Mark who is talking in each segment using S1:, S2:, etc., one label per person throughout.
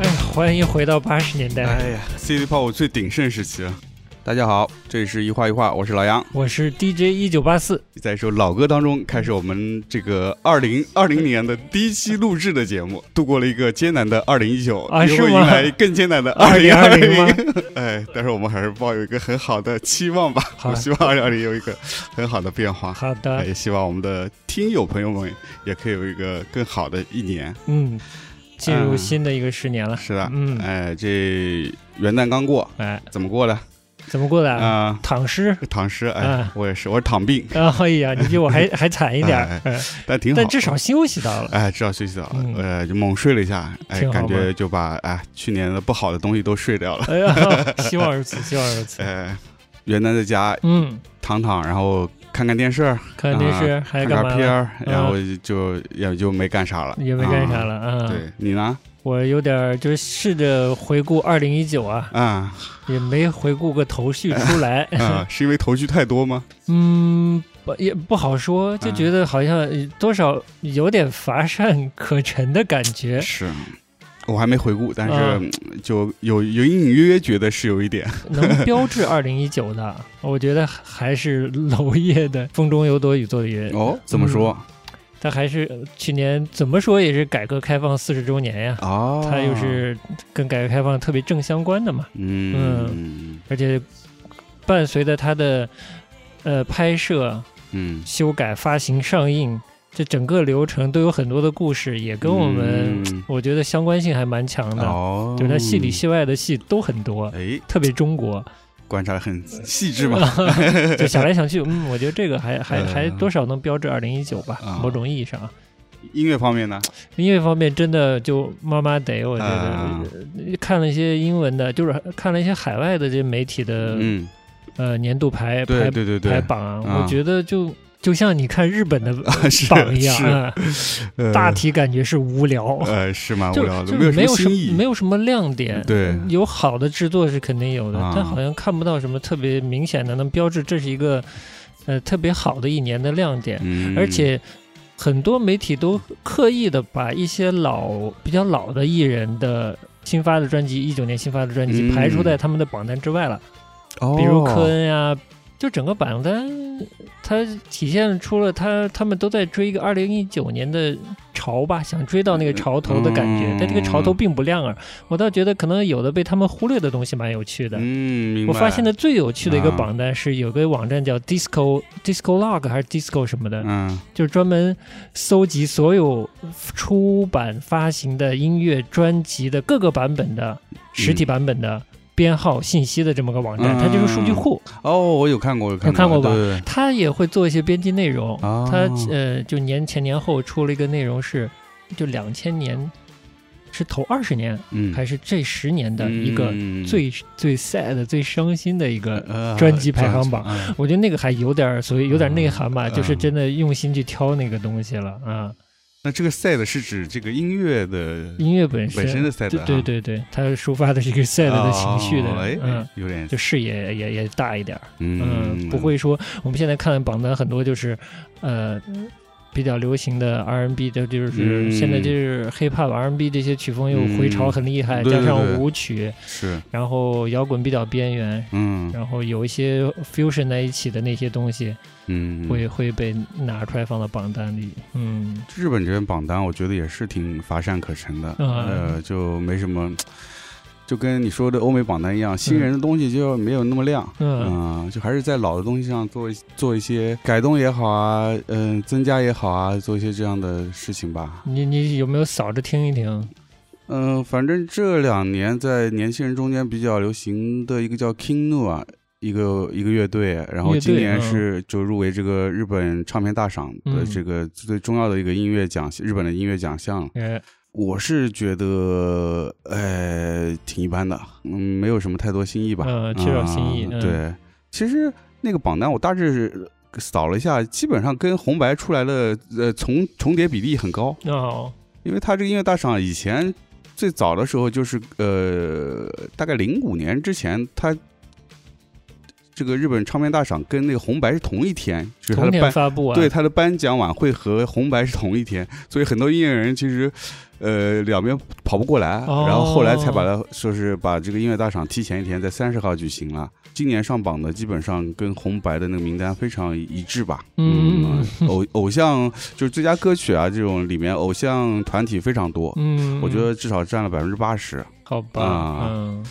S1: 哎欢迎回到八十年代，
S2: 哎呀，CD pop 最鼎盛时期了。大家好，这里是一画一画，我是老杨。
S1: 我是 DJ 一九八四，
S2: 在一首老歌当中，开始我们这个二零二零年的第一期录制的节目，度过了一个艰难的二零一九，
S1: 啊
S2: 又
S1: 是
S2: 会迎
S1: 吗
S2: 来更艰难的二零二
S1: 2020吗
S2: 零。 哎，但是我们还是抱有一个很好的期望吧。
S1: 好
S2: 我希望二零二零有一个很好的变化，
S1: 好
S2: 哎
S1: 的，
S2: 也希望我们的听友朋友们也可以有一个更好的一年。
S1: 嗯，进入
S2: 嗯
S1: 新的一个十年了，
S2: 是的，
S1: 嗯
S2: 哎，这元旦刚过，
S1: 哎，
S2: 怎么过的？
S1: 怎么过的？
S2: 啊、
S1: 躺尸
S2: 躺尸，哎，
S1: 嗯
S2: 我也是，我 是躺病，
S1: 啊，哎呀，你比我 还还惨一点儿
S2: 哎，
S1: 嗯
S2: 但挺好，
S1: 但至少休息到了，
S2: 哎，至少休息到了，
S1: 嗯
S2: 呃，就猛睡了一下，哎，
S1: 挺好
S2: 感
S1: 嘛
S2: 觉就把哎去年的不好的东西都睡掉了。
S1: 哎 呀，希望如此，希望如此，
S2: 哎，元旦在家
S1: 嗯，
S2: 躺躺，然后看看电视，
S1: 看电视
S2: 啊
S1: 还
S2: 看
S1: 干嘛
S2: 看片
S1: 了？
S2: 儿，然后就也就没干啥了，
S1: 也没干啥
S2: 啊。
S1: 了啊。
S2: 对你呢？
S1: 我有点儿就是试着回顾二零一九啊，
S2: 啊
S1: 也没回顾个头绪出来。
S2: 啊，是因为头绪太多吗？
S1: 嗯，不也不好说，
S2: 嗯
S1: 就觉得好像呃多少有点乏善可陈的感觉。
S2: 是。我还没回顾，但是
S1: 哎啊
S2: 嗯就有有隐隐约约觉得是有一点，
S1: 能标志二零一九的，我觉得还是娄烨的《风中有朵雨做的云》，
S2: 哦，怎么说？
S1: 嗯他还是呃去年怎么说也是改革开放四十周年呀，
S2: 哦，
S1: 他又是跟改革开放特别正相关的嘛。
S2: 嗯
S1: 而且伴随着它的呃拍摄、
S2: 嗯，
S1: 修改、发行、上映，这整个流程都有很多的故事，也跟我们、
S2: 嗯
S1: 我觉得相关性还蛮强的。
S2: 哦，
S1: 就是它戏里戏外的戏都很多，
S2: 哎，
S1: 特别中国，
S2: 观察的很细致嘛，
S1: 就想来想去，嗯，我觉得这个还 还
S2: 呃
S1: 还多少能标志二零一九吧，
S2: 啊
S1: 某种意义上啊。
S2: 音乐方面呢？
S1: 音乐方面真的就妈妈得，我觉
S2: 啊
S1: 得看了一些英文的，就是看了一些海外的这媒体的
S2: 嗯，
S1: 呃年度排
S2: 对
S1: 排
S2: 对对
S1: 排
S2: 对，
S1: 榜啊，
S2: 啊
S1: 我觉得就就像你看日本的
S2: 是
S1: 榜一样，
S2: 是
S1: 啊，
S2: 呃
S1: 大体感觉是无聊，
S2: 呃是蛮无
S1: 就
S2: 聊的，
S1: 就
S2: 没有
S1: 没
S2: 什
S1: 有
S2: 么
S1: 什
S2: 新
S1: 么
S2: 意，
S1: 没有什么亮点。
S2: 对
S1: 有好的制作是肯定有的，
S2: 啊
S1: 但好像看不到什么特别明显的能标志这是一个呃特别好的一年的亮点，
S2: 嗯，
S1: 而且。很多媒体都刻意的把一些老比较老的艺人的新发的专辑，一九年新发的专辑
S2: 嗯
S1: 排除在他们的榜单之外了。
S2: 哦
S1: 比如科恩呀、就整个榜单，它体现出了他他们都在追一个二零一九年的潮吧，想追到那个潮头的感觉，
S2: 嗯
S1: 但这个潮头并不亮啊。我倒觉得可能有的被他们忽略的东西蛮有趣的。
S2: 嗯，明白
S1: 我发现的最有趣的一个
S2: 啊
S1: 榜单是有个网站叫 Disco Disco Log 还是 Disco 什么的，
S2: 嗯
S1: 就是专门搜集所有出版发行的音乐专辑的各个版本的实体版本的编号信息的这么个网站，
S2: 嗯
S1: 它就是数据库。
S2: 哦，我有看过，我有看
S1: 有看过吧
S2: 对对对
S1: 他也会做一些编辑内容，
S2: 哦
S1: 他呃，就年前年后出了一个内容是，就两千年是头二十年
S2: 嗯，
S1: 还是这十年的一个
S2: 嗯
S1: 最、最 sad 最伤心的一个，
S2: 呃
S1: 专辑排行榜，
S2: 专辑
S1: 我觉得那个还有点儿所谓有点内涵吧，
S2: 嗯
S1: 就是真的用心去挑那个东西了啊，
S2: 那这个 sad 是指这个音乐的
S1: 音乐本身，
S2: 本身的 sad，
S1: 对对
S2: 对
S1: 对对，它抒发的是一个 sad 的情绪的，
S2: 哎，
S1: 嗯。
S2: 有点
S1: 就视野也也大一点儿，嗯，
S2: 嗯
S1: 不会说我们现在看榜单很多就是，呃，比较流行的 R&B 的，就是
S2: 嗯
S1: 现在就是 hip hop R&B 这些曲风又回潮很厉害，
S2: 嗯对对
S1: 加
S2: 对
S1: 上舞曲，
S2: 是
S1: 然后摇滚比较边缘，
S2: 嗯
S1: 然后有一些 fusion 在一起的那些东西
S2: 嗯
S1: 会、会被拿出来放到榜单里，嗯，
S2: 日本这边榜单，我觉得也是挺乏善可陈的，
S1: 嗯
S2: 呃，就没什么，就跟你说的欧美榜单一样，新人的东西就没有那么亮，
S1: 嗯
S2: 呃就还是在老的东西上做一做一些改动也好啊，嗯、增加也好啊，做一些这样的事情吧。
S1: 你你有没有扫着听一听？
S2: 嗯、反正这两年在年轻人中间比较流行的一个叫 King Nu 啊。一个一个乐队，然后
S1: 乐队
S2: 今年
S1: 嗯
S2: 是就入围这个日本唱片大赏的
S1: 嗯
S2: 这个最重要的一个音乐奖，日本的音乐奖项了。
S1: 呃，
S2: 我是觉得，呃，挺一般的，嗯，没有什么太多新意吧，
S1: 嗯缺少新意
S2: 啊
S1: 嗯
S2: 对，其实那个榜单我大致是扫了一下，基本上跟红白出来的呃重重叠比例很高，
S1: 哦，
S2: 因为它这个音乐大赏以前最早的时候就是呃，大概零五年之前，它这个日本唱片大赏跟那个红白是同一天，就是它
S1: 同
S2: 的颁
S1: 年发布啊，
S2: 对，他的颁奖晚会和红白是同一天，所以很多音乐人其实呃，两边跑不过来，
S1: 哦
S2: 然后后来才把它说是把这个音乐大赏提前一天，在三十号举行了。今年上榜的基本上跟红白的那个名单非常一致吧。
S1: 嗯，
S2: 偶偶像就是最佳歌曲啊这种里面，偶像团体非常多，
S1: 嗯，
S2: 我觉得至少占了百分之八十。
S1: 好吧
S2: 啊，
S1: 嗯，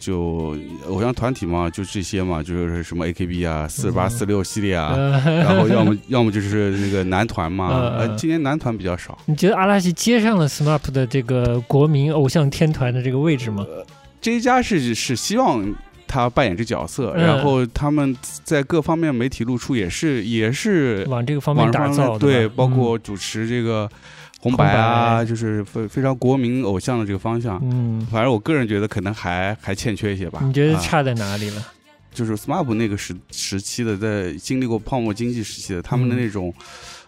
S2: 就偶像团体嘛，就这些嘛，就是什么 AKB 啊、四十八、
S1: 嗯
S2: 四六系列啊，
S1: 然
S2: 然后要么要么就是那个男团嘛，
S1: 嗯
S2: 呃
S1: 嗯，
S2: 今年男团比较少。
S1: 你觉得阿拉西接上了 SMAP 的这个国民偶像天团的这个位置吗？
S2: 这一家是是希望他扮演这角色，
S1: 嗯
S2: 然后他们在各方面媒体露出也是也是
S1: 往这个方面
S2: 呃网
S1: 打
S2: 上
S1: 造的，
S2: 的对，包
S1: 嗯
S2: 括主持这个红白
S1: 红白
S2: 啊，就是非非常国民偶像的这个方向。
S1: 嗯，
S2: 反正我个人觉得可能还还欠缺一些吧。
S1: 你觉得
S2: 啊
S1: 差在哪里了？
S2: 就是 SMAP 那个时时期的，在经历过泡沫经济时期的，他们的
S1: 嗯
S2: 那种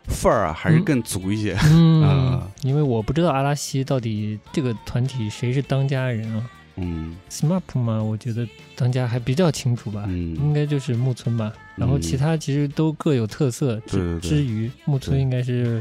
S2: 范儿啊，还是更足一些。
S1: 嗯
S2: 啊，
S1: 因为我不知道阿拉西到底这个团体谁是当家人啊
S2: 嗯
S1: ，SMAP 嘛，我觉得当家还比较清楚吧，应
S2: 嗯，
S1: 该就是木村吧。然后其他其实都各有特色，
S2: 嗯对
S1: 之
S2: 对对
S1: 之余木村
S2: 对
S1: 应该是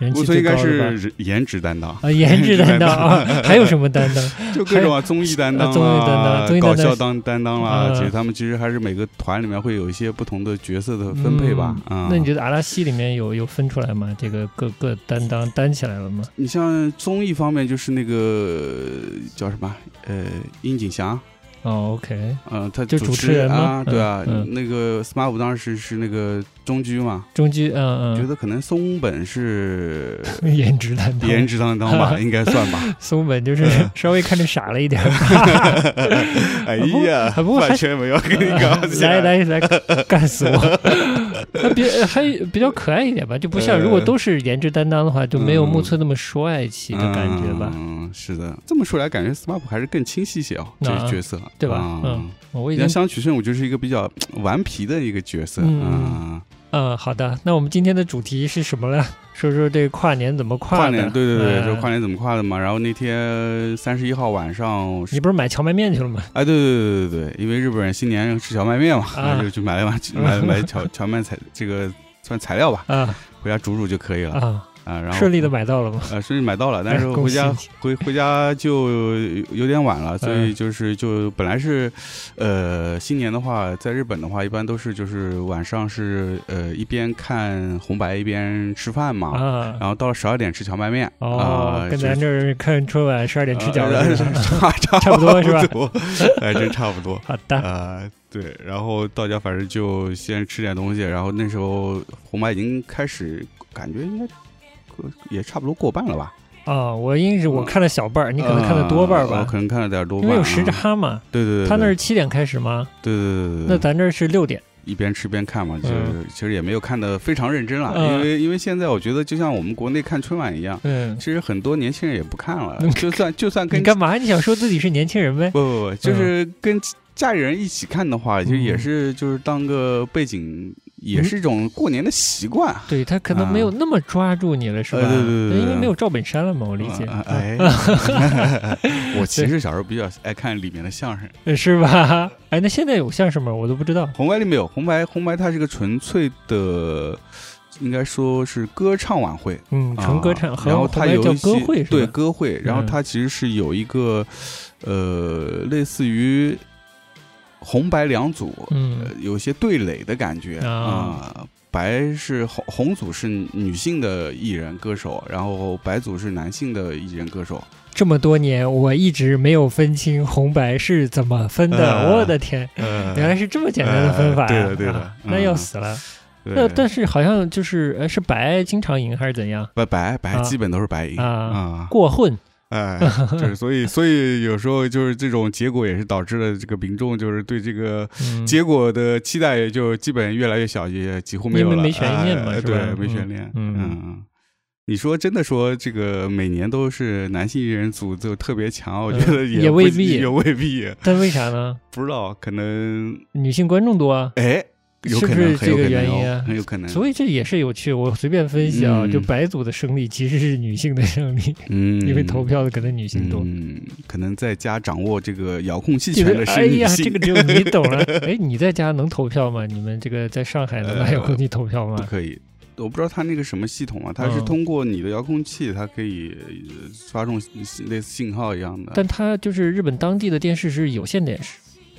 S1: 人
S2: 木
S1: 气
S2: 村
S1: 最
S2: 应
S1: 高
S2: 该
S1: 的吧。
S2: 是颜值 担当，
S1: 啊，颜值 担当啊，还有什么担当？
S2: 就各种啊，综艺担 当
S1: 综艺担当
S2: 啦
S1: 综艺担当
S2: 搞笑当担当啦
S1: 嗯，
S2: 其实他们其实还是每个团里面会有一些不同的角色的分配吧。
S1: 嗯
S2: 啊，
S1: 那你觉得阿拉西里面有有分出来吗？这个各各担当担起来了吗？
S2: 你像综艺方面，就是那个叫什么呃，殷景祥，
S1: 哦，OK，
S2: 嗯，他
S1: 就主持人吗
S2: 啊，对啊
S1: 嗯，
S2: 那个 SMAP 当时是那个中居嘛，
S1: 中居，嗯
S2: 觉
S1: 嗯
S2: 得可能松本是
S1: 颜值担当，
S2: 颜值担当 吧，应该算吧。
S1: 松本 就是稍微看着傻了一点儿。
S2: 哎
S1: 不
S2: 呀，
S1: 不过还
S2: 完全没有跟你搞 起
S1: 来来来，干死我！ 那比还比较可爱一点吧，就不像
S2: 呃
S1: 如果都是颜值担当的话，就没有木村那么说爱气的感觉吧，
S2: 嗯，是的，这么说来，感觉 SMAP 还是更清晰一些哦，这
S1: 啊
S2: 个角色，
S1: 对吧
S2: 啊
S1: 嗯，我已
S2: 你像
S1: 经
S2: 香取慎，我就是一个比较呃顽皮的一个角色，
S1: 嗯
S2: 啊，
S1: 嗯，好的，那我们今天的主题是什么呢？说说这个跨年怎么跨的？
S2: 跨年，对对对，
S1: 嗯
S2: 就是跨年怎么跨的嘛。然后那天三十一号晚上，
S1: 你不是买荞麦面去了吗？
S2: 哎，对对对对对，因为日本人新年吃荞麦面嘛，
S1: 啊
S2: 就去买了碗买买荞荞麦材这个算材料吧，
S1: 啊
S2: 回家煮煮就可以了
S1: 啊，
S2: 啊。然后
S1: 顺利的买到了吗？
S2: 呃，顺利买到了，但是
S1: 哎恭
S2: 回家
S1: 喜
S2: 回回家就有有点晚了，所以
S1: 嗯
S2: 就是就本来是，呃，新年的话，在日本的话，一般都是就是晚上是呃一边看红白一边吃饭嘛，
S1: 啊，
S2: 然后到了十二点吃荞麦面
S1: 哦，
S2: 啊，
S1: 跟
S2: 就是
S1: 咱这儿看春晚十二点吃饺
S2: 呃
S1: 子似的。
S2: 差
S1: 差不多是吧。
S2: 多？ 哎，真差不多
S1: 好的，
S2: 啊，对，然后到家反正就先吃点东西，然后那时候红白已经开始，感觉应该也差不多过半了吧。
S1: 啊，我应是我看了小半儿，你可能看了多半儿
S2: 呃我
S1: 吧，
S2: 可能看了点多
S1: 因
S2: 嗯半啊。
S1: 为有时差嘛。
S2: 对对对，
S1: 他那
S2: 对
S1: 是七点开始吗？
S2: 对对对
S1: 那
S2: 对对，
S1: 咱这儿是六点。
S2: 一边吃边看嘛，就是
S1: 嗯
S2: 其实也没有看的非常认真了，
S1: 嗯
S2: 因为因为现在我觉得就像我们国内看春晚一样，
S1: 嗯
S2: 其，实很多年轻人也不看了
S1: 嗯，
S2: 就算就算
S1: 你
S2: 跟
S1: 干嘛？你想说自己是年轻人呗？
S2: 不不不，就是跟家里人一起看的话，其实也
S1: 嗯
S2: 是就是当个背景，也是一种过年的习惯。
S1: 对他可能没有那么抓住你了，是吧？
S2: 呃啊对对对对
S1: 因为没有赵本山了嘛，我理解，嗯
S2: 啊 哎，我其实小时候比较爱看里面的相声，
S1: 呃是吧？ 哎，那现在有相声吗？我都不知道。
S2: 红白里面有红白，红白它是个纯粹的，应该说是歌唱晚会，
S1: 嗯，纯歌唱，
S2: 啊
S1: 和
S2: 然后
S1: 红
S2: 它
S1: 白
S2: 有
S1: 叫
S2: 一
S1: 歌
S2: 些
S1: 会是吧？
S2: 对歌会，然后
S1: 嗯
S2: 它其实是有一个，呃，类似于红白两组，呃
S1: 嗯，
S2: 有些对垒的感觉
S1: 啊
S2: 啊、白是红红组是女性的艺人歌手，然后白组是男性的艺人歌手。
S1: 这么多年我一直没有分清红白是怎么分的，
S2: 呃
S1: 我的天！
S2: 呃
S1: 嗯原来是这么简单的分法呀、
S2: 呃对的对的
S1: 啊
S2: 嗯
S1: 那要死了。那
S2: 对
S1: 但是好像就是呃是白经常赢还是怎样？
S2: 白白白
S1: 啊
S2: 基本都是白银
S1: 啊
S2: 啊，
S1: 过混
S2: 哎，就是所以所以有时候就是这种结果也是导致了这个民众就是对这个
S1: 嗯
S2: 结果的期待也就基本越来越小，也几乎没有
S1: 因为
S2: 了，
S1: 没悬念嘛
S2: 哎
S1: 是吧
S2: 对，没
S1: 嗯
S2: 悬念，
S1: 嗯
S2: 嗯。你说真的说这个每年都是男性艺人组就特别强，我觉得
S1: 嗯
S2: 也
S1: 也
S2: 不
S1: 未必
S2: 也未必，
S1: 但为啥呢？
S2: 不知道，可能
S1: 女性观众多啊，
S2: 哎，有
S1: 是
S2: 可
S1: 不
S2: 能
S1: 是
S2: 很有
S1: 这个
S2: 可能
S1: 原
S2: 哦
S1: 因啊
S2: 很有可能，
S1: 所以这也是有趣。我随便分析啊，
S2: 嗯
S1: 就白组的胜利其实是女性的胜利，
S2: 嗯，
S1: 因为投票的可能女性多。
S2: 嗯，可能在家掌握这个遥控器
S1: 这
S2: 权
S1: 个
S2: 的
S1: 哎
S2: 是女
S1: 呀，这
S2: 性
S1: 个，只有你
S2: 呃
S1: 懂了。哎，你在家能投票吗？你们这个在上海能拿遥控器投票
S2: 不
S1: 吗？
S2: 可以，我不知道它那个什么系统啊，它是
S1: 嗯
S2: 通过你的遥控器，它可以呃发送类似信号一样的。
S1: 但它就是日本当地的电视是有线电视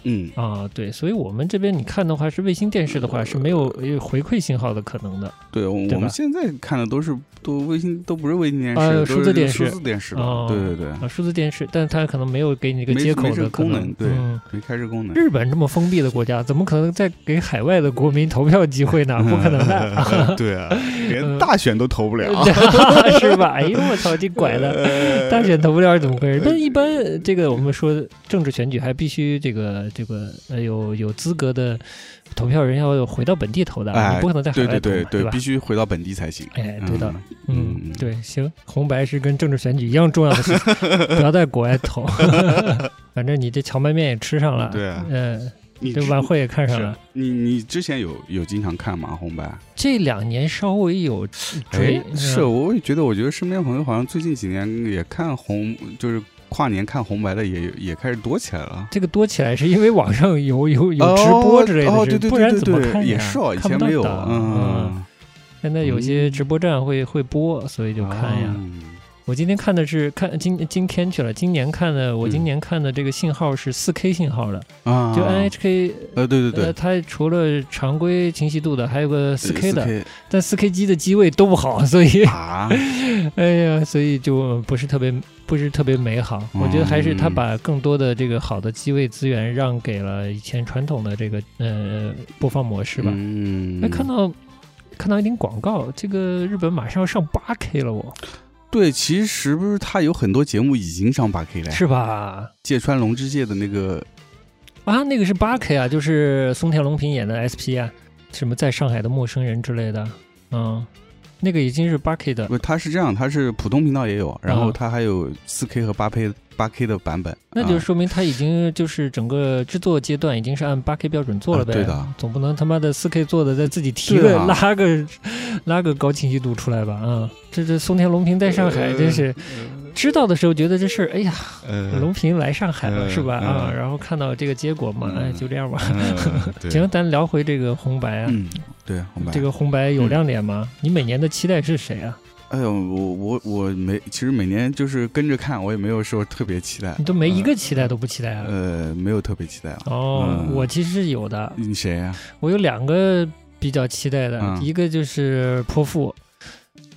S2: 嗯，
S1: 啊，对，所以我们这边你看的话是卫星电视的话是没有呃回馈信号的可能的。
S2: 对，我
S1: 对吧
S2: 我们现在看的都是都卫星，都不是卫星电视，
S1: 呃
S2: 都是
S1: 数字电视
S2: 数字电视
S1: 哦
S2: 了。对对对，
S1: 啊，数字电视，但是它可能没有给你一个
S2: 没
S1: 接口
S2: 嗯没这
S1: 的
S2: 个
S1: 可
S2: 功
S1: 能
S2: 能。对
S1: 嗯
S2: 没开这功能。
S1: 日本这么封闭的国家，怎么可能再给海外的国民投票机会呢？
S2: 嗯
S1: 不可能 的，
S2: 对啊，
S1: 嗯
S2: 连大选都投不了。
S1: 是吧？哎呦，我操，这拐的！
S2: 呃
S1: 大选投不了是怎么回事？但一般呃这个我们说政治选举还必须这个这个呃有有资格的投票人要回到本地投的，啊
S2: 哎
S1: 你不可能在海
S2: 对
S1: 外
S2: 对
S1: 投嘛，
S2: 对
S1: 吧
S2: 必？须回到本地才行。
S1: 哎，对的，
S2: 嗯
S1: 嗯
S2: 嗯，
S1: 对，行，红白是跟政治选举一样重要的事情，不要在国外 投。反正你这荞麦面也吃上了，
S2: 对啊
S1: 嗯，
S2: 你
S1: 这
S2: 之
S1: 晚会也看上
S2: 是啊
S1: 了。
S2: 你你之前有有经常看吗？红白？
S1: 这两年稍微有追
S2: 哎，，是，
S1: 嗯
S2: 我也觉得，我觉得身边朋友好像最近几年也看红，就是跨年看红白的也也开始多起来了。
S1: 这个多起来是因为网上有有有直播之类的
S2: 哦，哦
S1: 事
S2: 对对
S1: 不
S2: 对
S1: 然
S2: 对
S1: 怎么
S2: 对，
S1: 看
S2: 也
S1: 呀？
S2: 是哦，以
S1: 看
S2: 前
S1: 不
S2: 没
S1: 到
S2: 有，
S1: 的
S2: 嗯，
S1: 现在有些
S2: 嗯
S1: 直播站会会播，所以就看呀。
S2: 嗯。
S1: 我今天看的是看今今天去了，今年看的我今
S2: 嗯
S1: 年看的这个信号是四 K 信号的，
S2: 啊，
S1: 就哎 NHK
S2: 呃，对对
S1: 呃，
S2: 对，
S1: 它除了常规清晰度的，还有个四 K 的，
S2: 4K
S1: 但四 K 机的机位都不好，所以
S2: 啊，
S1: 哎呀，所以就不是特别不是特别美好。我觉得还是它
S2: 嗯
S1: 把更多的这个好的机位资源让给了以前传统的这个呃播放模式吧。
S2: 嗯，
S1: 哎，看到看到一点广告，这个日本马上要上八 K 了我，
S2: 对，其实不是它有很多节目已经上八 K 了，
S1: 是吧？
S2: 芥川龙之介的那个
S1: 啊，那个是八 K 啊，就是松田龙平演的 SP 啊，什么在上海的陌生人之类的，嗯，那个已经是八 K 的。
S2: 不，它是这样，它是普通频道也有，然
S1: 啊
S2: 后它还有四 K 和八 K 八 K 的版本。
S1: 那就
S2: 啊
S1: 说明它已经就是整个制作阶段已经是按八 K 标准做了呗，
S2: 啊对的
S1: 总不能他妈的四 K 做的再自己提
S2: 对
S1: 个、
S2: 啊
S1: 拉个拉个高清晰度出来吧，啊，这这松田龙平在上海
S2: 呃
S1: 真是知道的时候觉得这事儿，哎呀，龙平来上海了
S2: 呃
S1: 是吧？啊，
S2: 嗯
S1: 然后看到这个结果嘛，
S2: 嗯
S1: 哎，就这样吧。
S2: 嗯， 对
S1: 行，，咱聊回这个红白啊，
S2: 嗯，对，红白
S1: 这，个红白有
S2: 嗯
S1: 亮点吗？你每年的期待是谁啊？
S2: 哎呦，我我我没，其实每年就是跟着看，我也没有说特别期待
S1: 你，都没一个期待都不期待啊？
S2: 嗯呃，没有特别期待啊。
S1: 哦，
S2: 嗯
S1: 我其实是有的，
S2: 你谁啊呀？
S1: 我有两个比较期待的，
S2: 嗯
S1: 一个就是泼妇，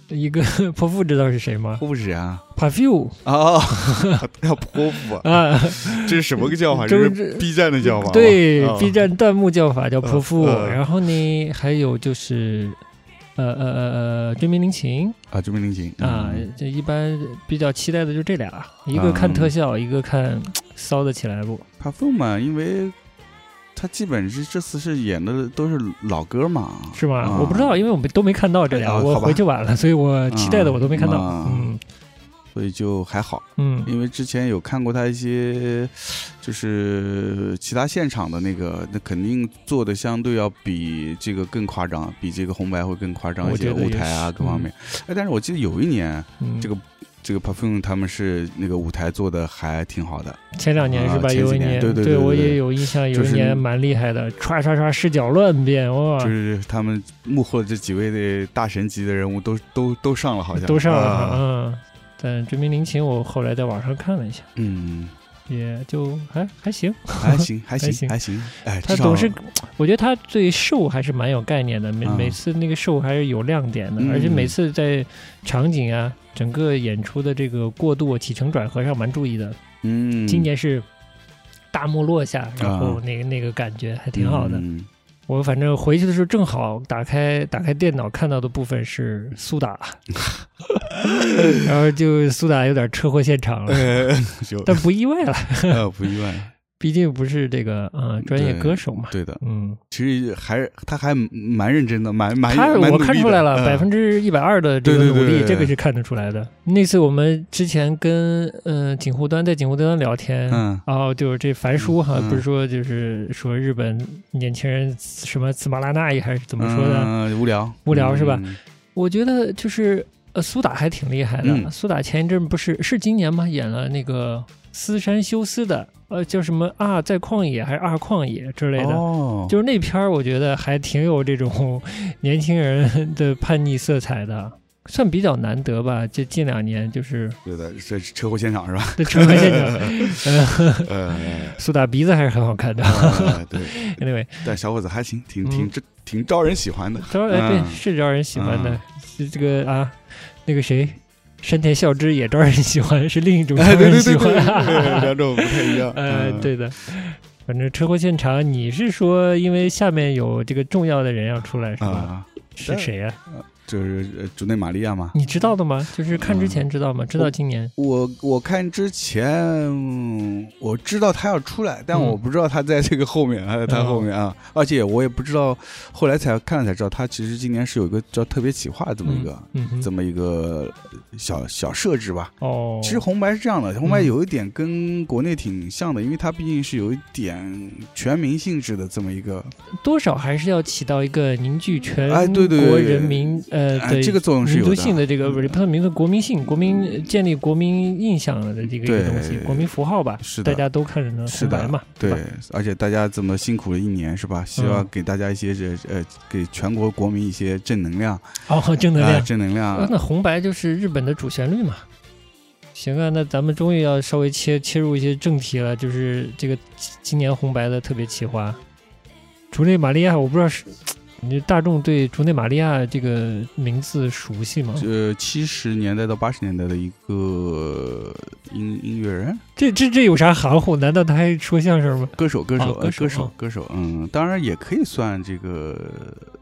S1: 一个 泼妇知道是谁吗
S2: 泼妇啊？
S1: ？Perfume
S2: 哦， 要泼妇啊，
S1: 啊，
S2: 这是什么个叫法？这
S1: 周
S2: 是
S1: 之
S2: B 站的叫法吗？
S1: 对、
S2: 哦
S1: B 站弹幕叫法叫泼妇，
S2: 呃呃
S1: 然后呢还有就是。呃呃呃呃，追名林琴
S2: 啊，著名林琴
S1: 啊，这一般比较期待的就这俩，一个
S2: 嗯
S1: 看特效，一个看骚得起来不？
S2: 帕夫嘛，因为他基本是这次是演的都是老歌嘛，
S1: 是吗？
S2: 啊
S1: 我不知道，，因为我们都没看到这俩，
S2: 哎啊
S1: 我
S2: 好吧
S1: 回去晚了，所以我期待的
S2: 嗯
S1: 我都没看到。嗯
S2: 嗯所以就还好。
S1: 嗯
S2: 因为之前有看过他一些，就是其他现场的那个，那肯定做的相对要比这个更夸张，比这个红白会更夸张
S1: 我
S2: 一些，
S1: 觉得也
S2: 舞台啊
S1: 是
S2: 各方面。哎，但是我记得有一年，
S1: 嗯，
S2: 这个这个 Perfume 他们是那个舞台做的还挺好的，
S1: 前两年
S2: 啊
S1: 是吧？
S2: 前几
S1: 有一
S2: 年对对
S1: 对
S2: 对对
S1: 我也
S2: 对
S1: 有印象，有
S2: 就
S1: 一
S2: 是
S1: 年蛮厉害的，唰唰唰视角乱变，哇
S2: 就，是他们幕后的这几位的大神级的人物都都都上了，好像
S1: 都上了
S2: 啊
S1: 嗯，但《追名林琴》我后来在网上看了一下，
S2: 嗯，
S1: 也就还还行。
S2: 还行，还
S1: 还行
S2: 行，还行。哎，
S1: 他
S2: 至少
S1: 总是，我觉得他对 show 还是蛮有概念的，每
S2: 嗯
S1: 每次那个 show 还是有亮点的，
S2: 嗯
S1: 而且每次在场景啊、整个演出的这个过渡、起承转合上蛮注意的。
S2: 嗯，啊
S1: 今年是大幕落下，然后那个那个感觉还挺好的。
S2: 嗯
S1: 我反正回去的时候正好打开打开电脑看到的部分是苏打， 然后就苏打有点车祸现场了，
S2: 呃，就
S1: 但不意外了，
S2: 呃不意外，
S1: 毕竟不是这个呃专业
S2: 对
S1: 歌手嘛。
S2: 对的。
S1: 嗯，
S2: 其实还是他还蛮认真的，嗯蛮蛮
S1: 他
S2: 蛮
S1: 我看出来了，百分
S2: 之
S1: 之一百二的这个
S2: 对对
S1: 努
S2: 对
S1: 力，
S2: 对对
S1: 这个是看得出来的。那次我们之前跟嗯锦湖端在锦湖端聊天，
S2: 嗯
S1: 然后就是这樊叔哈，
S2: 嗯
S1: 不是说就是说日本年轻人什么茨巴拉纳伊还是怎么说的？
S2: 嗯无聊
S1: 无聊是吧？
S2: 嗯
S1: 我觉得就是呃，苏打还挺厉害的。
S2: 嗯
S1: 苏打前一阵不是是今年吗？演了那个斯山修斯的，呃，叫什么啊，在旷野还是二旷野之类的。
S2: 哦，
S1: 就是那片儿，我觉得还挺有这种 年轻人 的叛逆色彩的，算比较难得吧。这近两年就是
S2: 对的，这是车祸现场是吧？
S1: 在成为现场， 呃，
S2: 呃，
S1: 苏打鼻子还是很好看的。
S2: 呃对，
S1: anyway，
S2: 但小伙子还行，挺
S1: 嗯
S2: 挺这挺招人 喜欢的。
S1: 招人哎对
S2: 嗯
S1: 是招人喜欢的
S2: 嗯，
S1: 是这个啊，那个谁，山田孝之也招人喜欢，是另一种招
S2: 哎，对
S1: 人
S2: 对
S1: 喜
S2: 对对，
S1: 欢。
S2: 对两种不太一样。
S1: 呃，
S2: 嗯，
S1: 对的，反正车祸现场，你是说因为下面有这个重要的人要出来是吧？
S2: 啊，
S1: 是谁呀？
S2: 就是呃竹内玛利亚嘛。
S1: 你知道的吗？就是看之
S2: 嗯
S1: 前知道吗？知
S2: 哦
S1: 道今年
S2: 我我看之前嗯我知道他要出来，但
S1: 嗯
S2: 我不知道他在这个后面，他在他后面啊，而且我也不知道，后来才看了才知道，他其实今年是有一个叫特别企划这么一个。
S1: 嗯哼
S2: 这么一个小小设置吧。
S1: 哦，
S2: 其实红白是这样的，红白
S1: 嗯
S2: 有一点跟国内挺像的，因为它毕竟是有一点全民性质的这么一个，
S1: 多少还是要起到一个凝聚全
S2: 哎对对对
S1: 国人民呃
S2: 哎
S1: 对
S2: 这个作用是
S1: 民
S2: 有
S1: 族
S2: 的。
S1: 性的这个不是不是民族国民性，国民建立国民印象的这个一个
S2: 对
S1: 东西，国民符号吧，
S2: 是的
S1: 大家都看着呢，
S2: 是
S1: 红
S2: 的
S1: 白嘛，
S2: 对
S1: 吧？，嗯
S2: 而且大家这么辛苦了一年，是吧？希望给大家一些这呃，给全国国民一些正能量，
S1: 哦，正能
S2: 哎
S1: 量。
S2: 正能
S1: 啊
S2: 量，
S1: 那红白就是日本的主旋律嘛。行啊，那咱们终于要稍微切切入一些正题了，就是这个今今年红白的特别企划，竹内玛利亚，我不知道是你大众对竹内玛利亚这个名字熟悉吗？
S2: 呃，七十年代到八十年代的一个音音乐人、
S1: 这这这有啥含糊？难道他还说相声吗？
S2: 歌手、歌手、
S1: 哦
S2: 呃
S1: 歌手
S2: 歌手、歌手，嗯，当然也可以算这个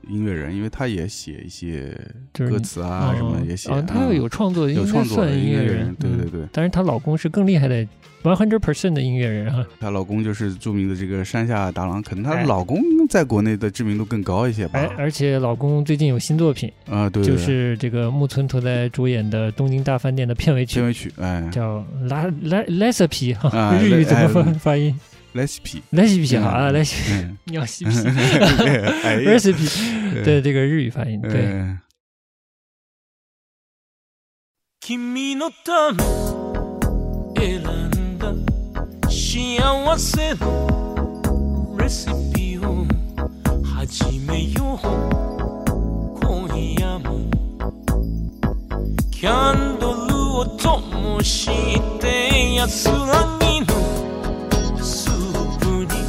S2: 音乐人，因为他也写一些
S1: 就是
S2: 歌
S1: 你
S2: 词啊什么
S1: 哦
S2: 也写，
S1: 哦，他要
S2: 嗯
S1: 有创作，
S2: 有
S1: 应该
S2: 创作
S1: 算
S2: 的
S1: 音乐
S2: 乐
S1: 人，
S2: 对对
S1: 嗯。
S2: 对，
S1: 但是她老公是更厉害的，one hundred percent 的音乐人啊。
S2: 她老公就是著名的这个山下达郎，可能她
S1: 哎
S2: 老公在国内的知名度更高一些吧
S1: 哎，，而且老公最近有新作品，
S2: 啊，对，对
S1: 就
S2: 对
S1: 是这个木村拓哉主演的《东京大饭店》的片尾
S2: 片
S1: 曲，
S2: 尾曲，哎
S1: 叫拉拉莱瑟皮哈，
S2: 啊
S1: 日语怎么
S2: 哎
S1: 发发音？
S2: ，recipe，
S1: 莱西皮哈啊，
S2: 嗯
S1: 莱西
S2: 嗯，
S1: 你要 西皮
S2: 哎呀，
S1: ，recipe 对这个日语发音
S2: 哎，
S1: 对。
S2: 哎
S3: 君のため選んだ幸せのレシピを始めよう今夜もキャンドルを灯して安らぎのスープに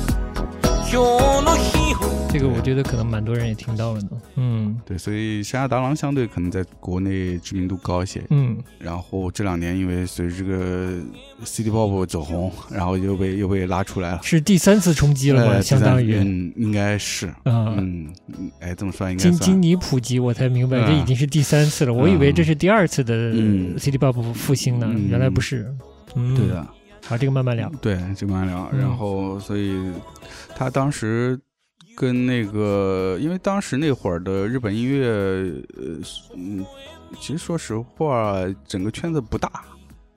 S3: 今日の日を
S1: 这个我觉得可能蛮多人也听到了呢。嗯
S2: 对，所以山下达郎相对可能在国内知名度高一些，
S1: 嗯，
S2: 然后这两年因为随着这个 City Pop 走红，然后又被又被拉出来了，
S1: 是第三次冲击了
S2: 呃
S1: 吗？
S2: 第
S1: 相
S2: 三
S1: 当于
S2: 嗯，应该是，
S1: 啊，
S2: 嗯，嗯哎，这么说应该
S1: 经
S2: 算
S1: 经。你普及，我才明白
S2: 嗯
S1: 这已经是第三次了。我以为这是第二次的
S2: 嗯
S1: City Pop 复兴呢，
S2: 嗯
S1: 原来不是。嗯，
S2: 对。的，
S1: 好，这个慢慢聊。
S2: 对，这个慢聊。
S1: 嗯
S2: 然后，所以他当时跟那个，因为当时那会儿的日本音乐，呃，嗯，其实说实话，整个圈子不大，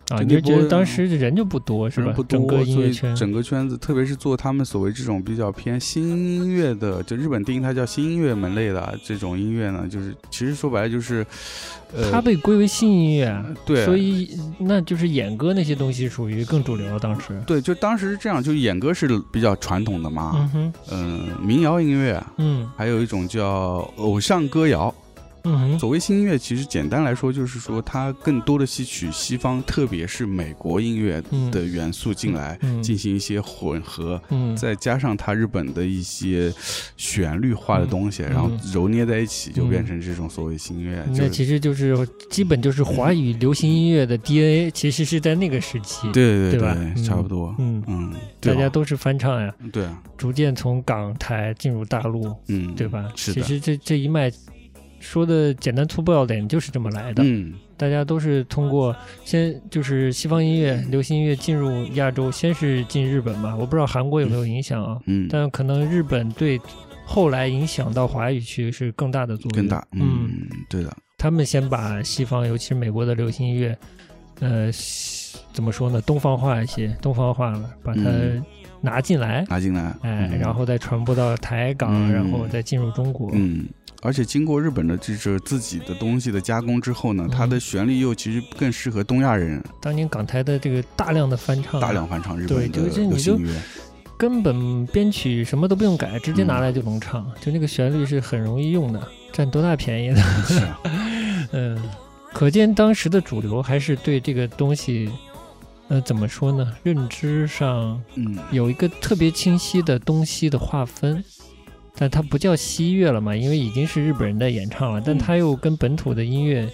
S1: 啊，
S2: 这
S1: 你就
S2: 个
S1: 觉得
S2: 波
S1: 当时人就不多是吧
S2: 人不？
S1: 整
S2: 多，
S1: 个音
S2: 所
S1: 乐
S2: 以
S1: 圈，
S2: 整个圈子，特别是做他们所谓这种比较偏新音乐的，就日本定义它叫新音乐门类的啊这种音乐呢，就是其实说白了就是，呃，
S1: 它被归为新音乐啊，
S2: 对，
S1: 所以那就是演歌那些东西属于更主流了。当时，
S2: 对，就当时是这样，就演歌是比较传统的
S1: 嗯
S2: 嘛，
S1: 哼，
S2: 嗯、民谣音乐。
S1: 嗯
S2: 还有一种叫偶像歌谣。
S1: 嗯哼，
S2: 所谓新音乐，其实简单来说就是说，它更多的吸取西方，特别是美国音乐
S1: 嗯
S2: 的元素进来，
S1: 嗯
S2: 进行一些混合，
S1: 嗯，
S2: 再加上它日本的一些旋律化的东西，
S1: 嗯
S2: 然后揉捏在一起，就
S1: 嗯
S2: 变成这种所谓新音乐。
S1: 那
S2: 就是
S1: 其实就是基本就是华语流行音乐的 DNA，其实是在那个时期。
S2: 对
S1: 对
S2: 对
S1: 吧嗯
S2: 差不多。
S1: 嗯，
S2: 嗯，对
S1: 大
S2: 啊
S1: 家都是翻唱呀，
S2: 对啊，
S1: 逐渐从港台进入大陆，
S2: 嗯，
S1: 对吧？
S2: 是
S1: 其
S2: 的，
S1: 实这这一脉说的简单粗暴点就是这么来的，
S2: 嗯，
S1: 大家都是通过先就是西方音乐、流行音乐进入亚洲，先是进日本嘛，我不知道韩国有没有影响啊，
S2: 嗯，
S1: 但可能日本对后来影响到华语区是更大的作用，
S2: 更大，
S1: 嗯，
S2: 嗯，对的，
S1: 他们先把西方，尤其是美国的流行音乐，呃，西怎么说呢，东方化一些，东方化了，把它
S2: 嗯
S1: 拿进来。
S2: 拿进来，
S1: 哎，
S2: 嗯
S1: 然后再传播到台港，
S2: 嗯
S1: 然后再进入中国。
S2: 嗯，而且经过日本的这是自己的东西的加工之后呢，
S1: 嗯
S2: 它的旋律又其实更适合东亚人
S1: 当年港台的这个大量的翻唱，
S2: 大量翻唱日本的
S1: 嗯对就是
S2: 流
S1: 你就
S2: 行乐。
S1: 根本编曲什么都不用改，直接
S2: 嗯
S1: 拿来就能唱，就那个旋律是很容易用的，占多大便宜呢？
S2: 是啊，
S1: 嗯，可见当时的主流还是对这个东西，呃，怎么说呢？认知上
S2: 嗯，
S1: 有一个特别清晰的东西的划分，但它不叫西乐了嘛，因为已经是日本人在演唱
S2: 嗯
S1: 了，但它又跟本土的音乐，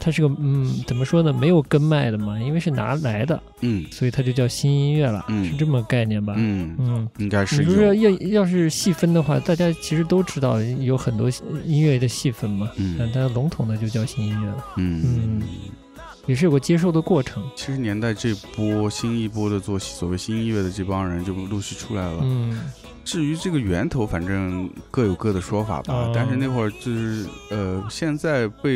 S1: 它是个嗯，怎么说呢？没有跟卖的嘛，因为是拿来的，
S2: 嗯
S1: 所以它就叫新音乐了，
S2: 嗯
S1: 是这么个概念吧？
S2: 嗯，
S1: 嗯
S2: 应该是
S1: 你说要
S2: 有，
S1: 要要是细分的话，大家其实都知道有很多音乐的细分嘛，但
S2: 嗯
S1: 它笼统的就叫新音乐了，
S2: 嗯
S1: 嗯。也是有个接受的过程。
S2: 七十年代这波新一波的做所谓新音乐的这帮人就陆续出来了。
S1: 嗯
S2: 至于这个源头，反正各有各的说法吧。
S1: 哦
S2: 但是那会儿就是呃，现在被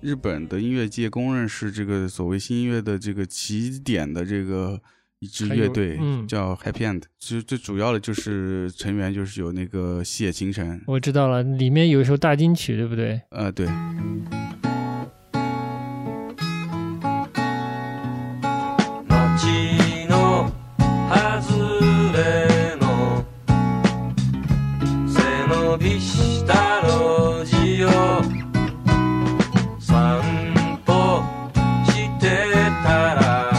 S2: 日本的音乐界公认是这个所谓新音乐的这个起点的这个一支乐队，
S1: 还有嗯
S2: 叫 Happy End。其实最主要的就是成员就是有那个细野晴臣，
S1: 我知道了，里面有一首大金曲，对不对？
S2: 呃，对，
S3: 街の外れの背伸びした路地を散歩してたら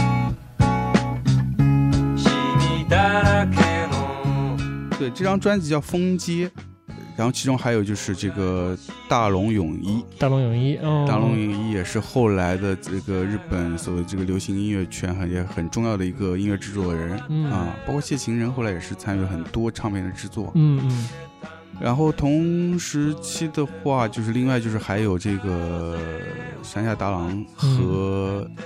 S3: シミだらけの
S2: 对，这张专辑叫《风街》，然后其中还有就是这个大龙泳衣。
S1: 大龙泳衣，哦，
S2: 大龙泳衣也是后来的这个日本所谓这个流行音乐圈很也很重要的一个音乐制作人、
S1: 嗯
S2: 啊，包括谢琴人后来也是参与了很多唱片的制作。
S1: 嗯嗯，
S2: 然后同时期的话，就是另外就是还有这个山下达郎和
S1: 嗯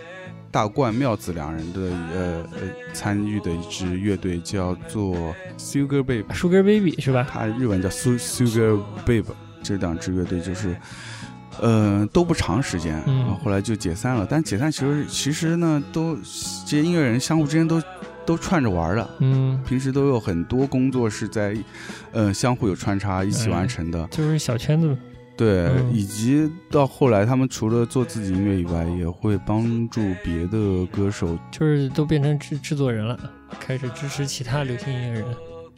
S2: 大冠妙子两人的呃呃参与的一支乐队叫做 Sugar Babe。
S1: Sugar Baby 是吧？
S2: 它日文叫 Su- Sugar Babe，这两支乐队就是，呃，都不长时间，
S1: 嗯
S2: 然后后来就解散了。但解散其实其实呢，都这些音乐人相互之间都都串着玩儿的，
S1: 嗯，
S2: 平时都有很多工作是在，呃，相互有穿插一起完成的。
S1: 就是小圈子，
S2: 对，
S1: 嗯
S2: 以及到后来他们除了做自己音乐以外，也会帮助别的歌手。
S1: 就是都变成制制作人了，开始支持其他流行音乐人。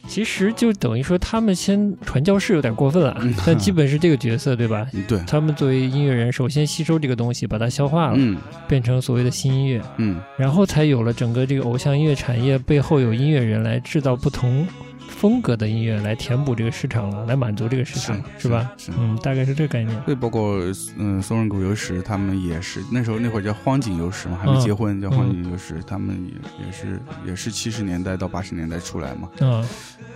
S1: 其实就等于说，他们先传教士有点过分了
S2: 嗯，
S1: 但基本是这个角色，对吧？
S2: 嗯对，
S1: 他们作为音乐人，首先吸收这个东西，把它消化了，
S2: 嗯
S1: 变成所谓的新音乐，
S2: 嗯，
S1: 然后才有了整个这个偶像音乐产业背后有音乐人来制造不同风格的音乐，来填补这个市场了，来满足这个市场，是吧？？
S2: 是。
S1: 嗯，大概是这个概念。
S2: 对，包括嗯，松仁谷由实他们也是，那时候那会儿叫荒井由实嘛，还没
S1: 嗯
S2: 结婚，叫荒井由实，他们也也是也是七十年代到八十年代出来嘛，
S1: 嗯，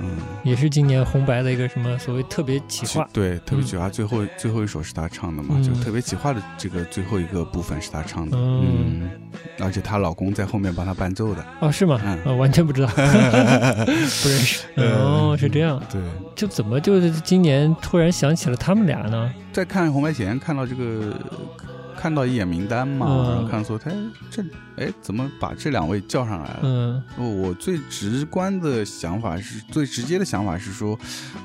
S2: 嗯，
S1: 也是今年红白的一个什么所谓特别企
S2: 其
S1: 划，
S2: 对，特别企划最后最后一首是他唱的嘛，
S1: 嗯
S2: 就特别企划的这个最后一个部分是他唱的，
S1: 嗯
S2: 嗯，而且她老公在后面帮她伴奏的，
S1: 哦，是吗？
S2: 嗯
S1: 呃完全不 知道，不认识。哦，
S2: 嗯
S1: 是这样。
S2: 对，
S1: 就怎么就是今年突然想起了他们俩呢？
S2: 在看红白前看到这个。看到一眼名单嘛，
S1: 嗯
S2: 然后看说，哎，这，哎，怎么把这两位叫上来了？
S1: 嗯
S2: 哦我最直观的想法是，最直接的想法是说，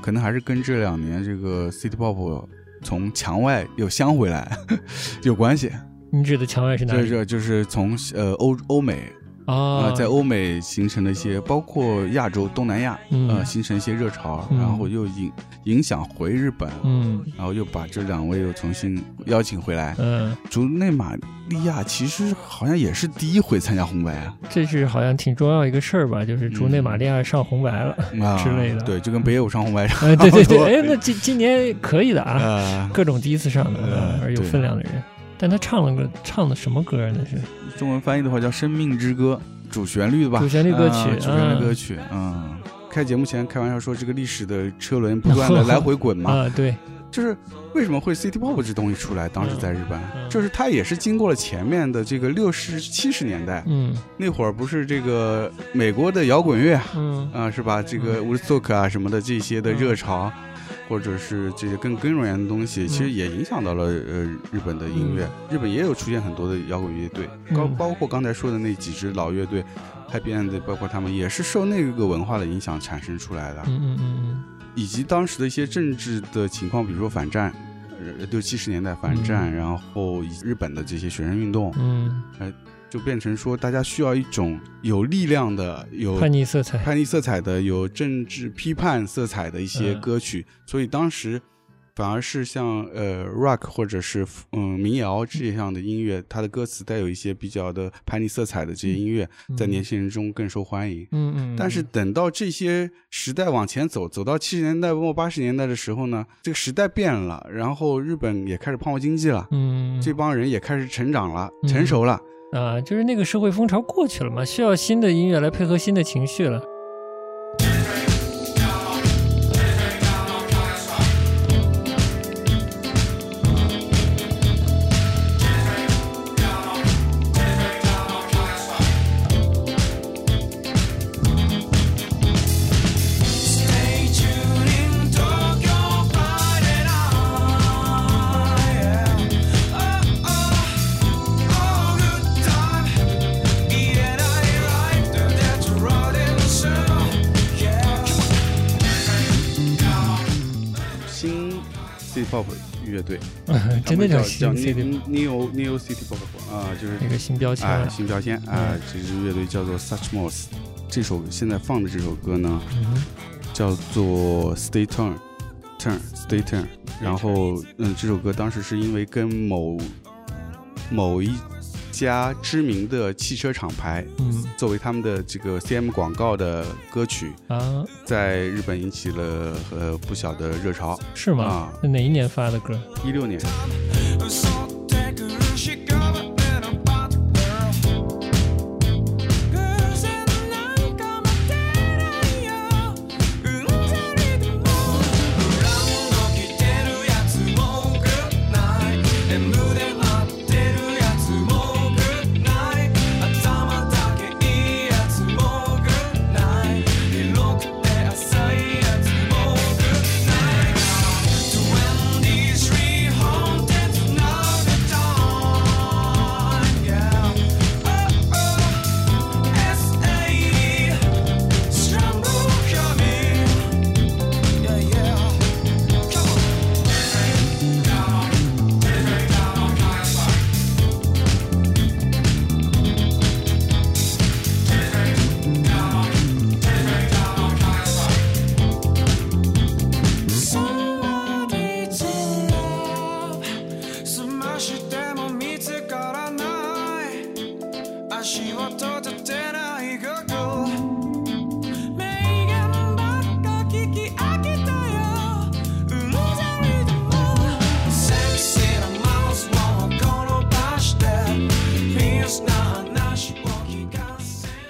S2: 可能还是跟这两年这个 City Pop 从墙外又相回来 有关系。
S1: 你指的墙外是哪
S2: 这
S1: 里？
S2: 这就是从呃欧欧美啊、
S1: 啊，
S2: 在欧美形成的一些，包括亚洲东南亚呃
S1: 嗯
S2: 形成一些热潮，
S1: 嗯
S2: 然后又影影响回日本。
S1: 嗯
S2: 然后又把这两位又重新邀请回来。
S1: 嗯，
S2: 竹内玛利亚其实好像也是第一回参加红白啊，
S1: 这是好像挺重要一个事儿吧？就是竹内玛利亚上红白 了。
S2: 啊
S1: 之类的
S2: 对，就跟北野武上 红白
S1: 哎，对对
S2: 差不多
S1: 对，哎，那今今年可以的啊，
S2: 啊，
S1: 各种第一次上的
S2: 呃
S1: 嗯而有
S2: 对
S1: 分量的人。但他唱了个唱的什么歌呢？是
S2: 中文翻译的话叫《生命之歌》，主旋律吧？
S1: 主旋律歌曲
S2: 啊主旋
S1: 嗯
S2: 律歌曲，嗯。开节目前开玩笑说，这个历史的车轮不 断的来回滚嘛，
S1: 啊，对，
S2: 就是为什么会 City Pop 这东西出来？当时在日本，
S1: 嗯
S2: 就是它也是经过了前面的这个六十七十年代
S1: 嗯
S2: 那会儿，不是这个美国的摇滚乐啊、
S1: 嗯
S2: 是吧？这个 Woodstock 啊什么的这些的热潮，或者是这些更根源的东西，其
S1: 嗯
S2: 实也影响到了呃日本的音乐。日本也有出现很多的摇滚乐队，包
S1: 嗯
S2: 包括刚才说的那几支老乐队，Happy End，包括他们也是受那个文化的影响产生出来的。
S1: 嗯嗯嗯嗯，
S2: 以及当时的一些政治的情况，比如说反战，呃六七十年代反战，
S1: 嗯
S2: 然后以及日本的这些学生运动，
S1: 嗯，
S2: 就变成说大家需要一种有力量的、有
S1: 叛逆色彩，
S2: 叛逆色彩的、有政治批判色彩的一些
S1: 嗯
S2: 歌曲，所以当时反而是像呃 rock 或者是嗯民谣这样的音乐，它的歌词带有一些比较的叛逆色彩的这些音乐， 在年轻人中更受欢迎。
S1: 嗯，嗯嗯，
S2: 但是等到这些时代往前走，走到七十年代末八十年代的时候呢，这个时代变了，然后日本也开始泡沫经济了，
S1: 嗯，嗯
S2: 这帮人也开始成长了，
S1: 嗯
S2: 成熟了。
S1: 啊，就是那个社会风潮过去了嘛，需要新的音乐来配合新的情绪了。
S2: 新 City Pop 乐队，
S1: 真的
S2: 他们
S1: 新哎
S2: 叫叫
S1: CD
S2: Neo Neo Neo City Pop 啊、就是
S1: 那个新标签
S2: 啊
S1: 了。
S2: 新标签啊、这支乐队叫做 Such Moss。这首现在放的这首歌呢，
S1: 嗯
S2: 叫做 Stay Turn Turn Stay Turn。然后，嗯，这首歌当时是因为跟某某一家知名的汽车厂牌
S1: 嗯
S2: 作为他们的这个 CM 广告的歌曲，
S1: 啊，
S2: 在日本引起了呃不小的热潮。
S1: 是吗？
S2: 啊
S1: 那哪一年发的歌？
S2: 一六年，
S3: "Oh, Oh, E, Somebody's in love 済ましても見つからない足を閉じてない午後名言ばっか聞き飽きたようんざりでもセクシーなマウスを転ばしてフィースな話を聞かせ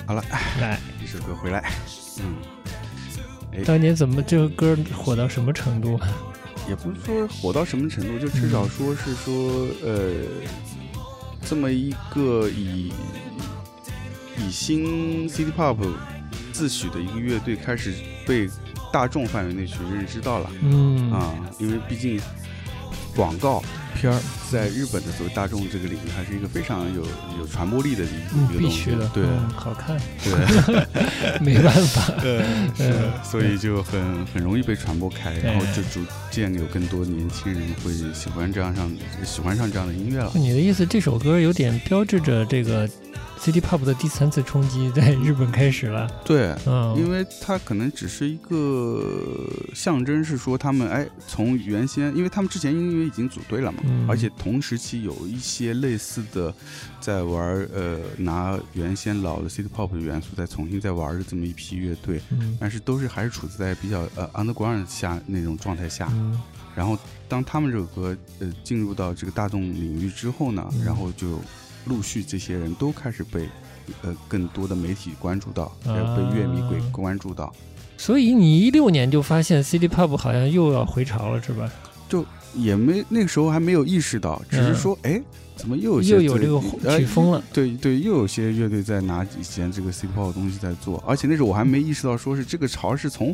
S2: 好了，
S1: 来，
S2: 一首歌回来，嗯，
S1: 当年怎么这个歌火到什么程度？啊
S2: 也不是
S1: 嗯
S2: 说火到什么程度，就至少说是说，呃，这么一个以以新 City Pop 自诩的一个乐队开始被大众范围内去认知到了
S1: 嗯
S2: 啊、因为毕竟广告片儿在日本的所谓大众这个领域还是一个非常有有传播力的
S1: 嗯
S2: 一，个
S1: 必
S2: 东
S1: 须
S2: 西
S1: 的，，
S2: 对啊
S1: 嗯好看，
S2: 对。
S1: 没办 法，
S2: 呃，是
S1: 嗯
S2: 的，所以就很很容易被传播开，然后
S1: 对
S2: 就逐渐有更多年轻人会喜欢这样上喜欢上这样的音乐了。
S1: 你的意思，这首歌有点标志着这个 City Pop 的第三次冲击在日本开始了。
S2: 对，
S1: 嗯，
S2: 因为它可能只是一个象征，是说他们哎，从原先，因为他们之前因为已经组队了嘛，
S1: 嗯
S2: 而且同时期有一些类似的，在玩儿呃拿原先老的 City Pop 的元素再重新再玩儿的这么一批乐队，
S1: 嗯
S2: 但是都是还是处在比较呃 underground 下那种状态下，
S1: 嗯
S2: 然后当他们这首歌呃进入到这个大众领域之后呢，
S1: 嗯
S2: 然后就陆续这些人都开始被呃更多的媒体关注到，
S1: 啊
S2: 呃被乐迷给关注到，
S1: 所以你一六年就发现 City Pop 好像又要回潮了，是吧？
S2: 就也没那个时候还没有意识到，只是说哎、怎么又有
S1: 嗯
S2: 些
S1: 又有
S2: 队
S1: 这个
S2: 呃
S1: 曲风了。
S2: 对对，又有些乐队在拿以前这个 City Pop 的东西在做，而且那时候我还没意识到，说是这个潮是从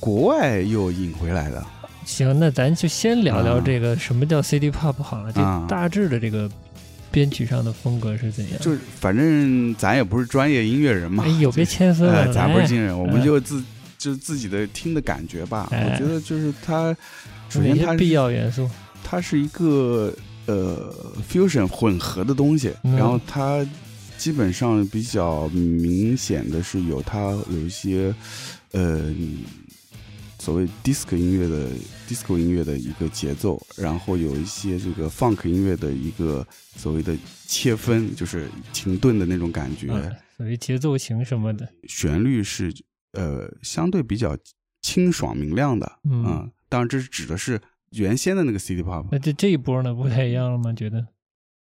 S2: 国外又引回来的。
S1: 行，那咱就先聊聊
S2: 啊
S1: 这个什么叫 City Pop 好了，就
S2: 啊
S1: 大致的这个编曲上的风格是怎样？
S2: 就是反正咱也不是专业音乐人嘛，
S1: 哎呦，别谦
S2: 呃
S1: 森，了，哎
S2: 咱不是
S1: 来
S2: 新人，我们就自就是自己的听的感觉吧。
S1: 嗯哎
S2: 我觉得就是它，首
S1: 哪
S2: 先它
S1: 些
S2: 是
S1: 必要元素？
S2: 它是一个呃 fusion 混合的东西，
S1: 嗯
S2: 然后它基本上比较明显的是有它有一些呃所谓 disco 音乐的 disco 音乐的一个节奏，然后有一些这个 funk 音乐的一个所谓的切分，就是停顿的那种感觉，
S1: 嗯，属于节奏型什么的。
S2: 旋律是呃相对比较清爽明亮的，啊
S1: 嗯
S2: 当然这是指的是原先的那个 city pop。
S1: 那这这一波呢，不太一样了吗？觉得？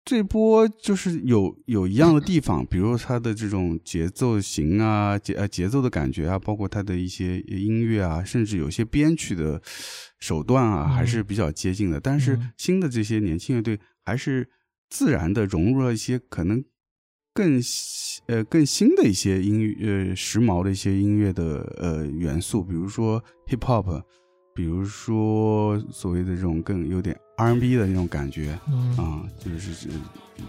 S2: 这波就是有有一样的地方，比如它的这种节奏型啊、节呃节奏的感觉啊，包括它的一些音乐啊，甚至有些编曲的手段啊，
S1: 嗯
S2: 还是比较接近的。但是
S1: 嗯
S2: 新的这些年轻乐队还是自然的融入了一些可能更新呃更新的一些音乐呃时髦的一些音乐的呃元素，比如说 hip hop，比如说所谓的这种更有点 R&B 的那种感觉。
S1: 嗯
S2: 啊、就是就是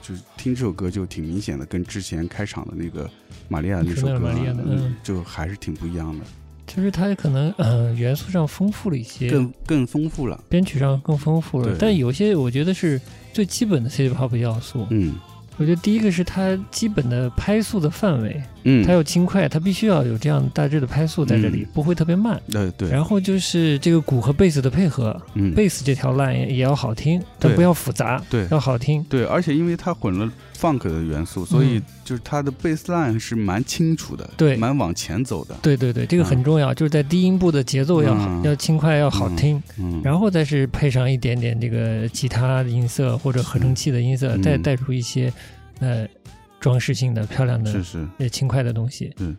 S2: 就是听这首歌就挺明显的，跟之前开场的那个玛利亚那首
S1: 圣诞
S2: 歌啊、
S1: 玛利亚的嗯
S2: 就还是挺不一样的，
S1: 就是它可能呃元素上丰富了一些，
S2: 更更丰富了。
S1: 编曲上更丰富了
S2: 对。
S1: 但有些我觉得是最基本的 city pop 要素。
S2: 嗯
S1: 我觉得第一个是它基本的拍速的范围，
S2: 嗯，
S1: 它要轻快，它必须要有这样大致的拍速在这里，
S2: 嗯
S1: 不会特别慢。
S2: 呃对，
S1: 然后就是这个鼓和贝斯的配合，
S2: 嗯
S1: 贝哦斯这条 line 也也要好听，但
S2: 对
S1: 不要复杂，
S2: 对
S1: 要好听。
S2: 对，而且因为它混了 funk 的元素，所以就是它的 bass line 是蛮清楚的，
S1: 嗯对
S2: 蛮往前走的，
S1: 对对对，这个很重要，就是在低音部的节奏要好，
S2: 嗯
S1: 要轻快，要好听，
S2: 嗯，
S1: 然后再是配上一点点这个吉他的音色或者合成器的音色，
S2: 嗯
S1: 再带出一些呃装饰性的、漂亮的
S2: 是是，
S1: 也轻快的东西，
S2: 嗯，